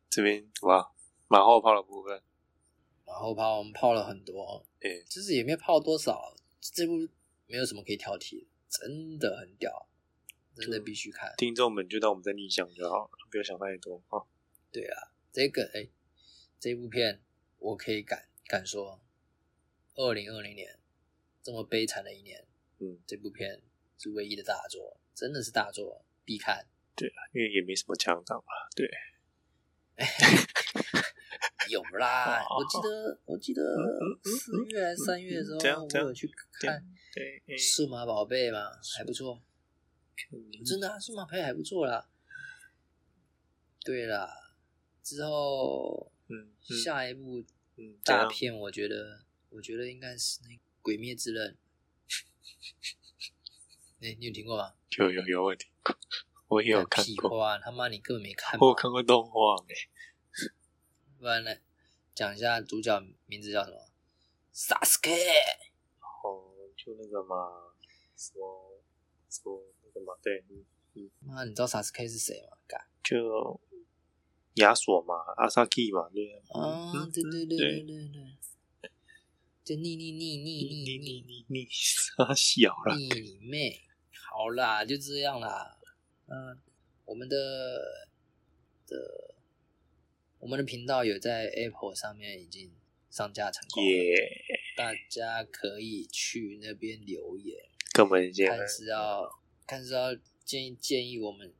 这边，好吧？马后炮的部分，哎
然后泡我们泡了很多，
对，
就是也没泡多少，这部没有什么可以挑剔的，真的很屌，真的必须看。
听众们就当我们在逆向就好了，不要想太多啊。
对啊，这个哎、这部片我可以敢敢说，二零二零年这么悲惨的一年，
嗯，
这部片是唯一的大作，真的是大作，必看。
因为也没什么强档嘛。
有 啦，
哦
我记得我记得四月还是三月的时候，
嗯这样这
我
样
有去
这样
看
对，
《
嗯
数码宝贝》嘛，还不错，真的啊，《数码宝贝》还不错啦。对啦，之后
嗯，嗯
下一部
嗯这
大
样
片，我觉得，我觉得应该是那《鬼灭之刃》 哎，你有听过吗？
有有有问题，我也有看
屁
过，
话，他妈你根本没看
我
过。
有看过动画没？
不然来讲一下主角名字叫什么？Sasuke。
哦，就那个嘛，什么什么那个嘛，对，嗯
妈，你知道 Sasuke 是谁吗？干
就亚索嘛，阿萨基嘛，对啊，
啊，
嗯
对对对
对
对对对，就腻腻腻腻
你
腻
你
腻
你你你 傻小了，
腻你妹！好啦，就这样啦。嗯，我们的的我们的频道有在 Apple 上面已经上架成功了
耶，
大家可以去那边留言，
根本这样
看是要看是要建议建议我们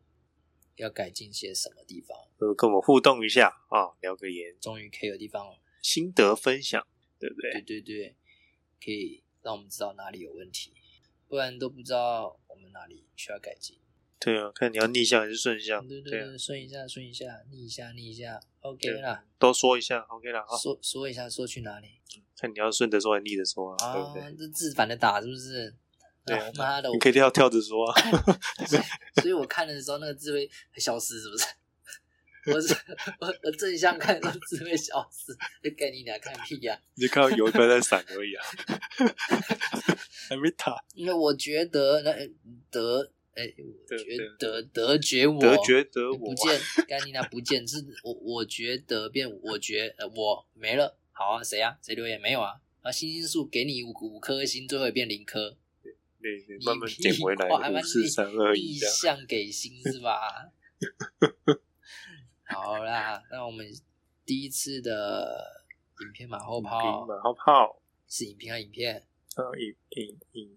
要改进些什么地方。
呃跟我们互动一下啊，聊个言，
终于可以有地方了，
心得分享，对不
对
对？
对对，可以让我们知道哪里有问题，不然都不知道我们哪里需要改进。
对啊，看你要逆向还是顺向，
对
对
对
啊，
对，顺一下顺一下，逆一下逆一下，OK 啦。
都说一下，OK 了啊，
说说一下，说去哪里
看你要顺着说还是逆着说啊，对
啊
不对？？
这字反着打是不是？
对啊
啊妈的！我
你可以跳跳着说啊，
所以我看的时候，那个字会消失，是不是？我是我我正向看，那个字会消失，就给你俩看屁呀、
你就看到油标在闪而已啊，还没打，
因为我觉得那呃得哎，我
得
觉
得
得得觉我
得觉得我啊
不见，甘妮娜不见，是我我觉得变我觉呃我没了，好啊，谁啊？谁留言没有啊？啊，星星数给你五五颗星，最后也变零颗，
对对，
你
慢慢捡回来，
屁啊话
五四三二一
逆
这样。
向给星是吧？好啦，那我们第一次的影片马后炮
马后炮，
是影片啊，影片，
然后影影影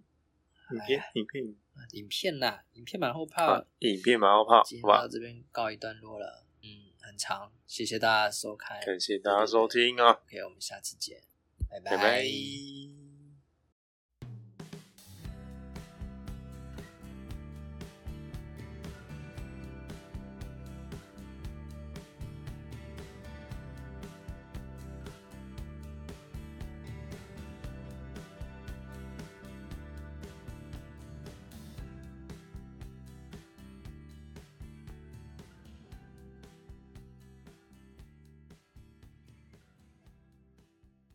影
哎
片影片
啊影片啦，影片马后
啊
炮，
影片马后炮，
今
好
天到
吧？
这边告一段落了，嗯，很长，谢谢大家收看
感谢大家收听啊，
，OK，我们下次见，
拜拜。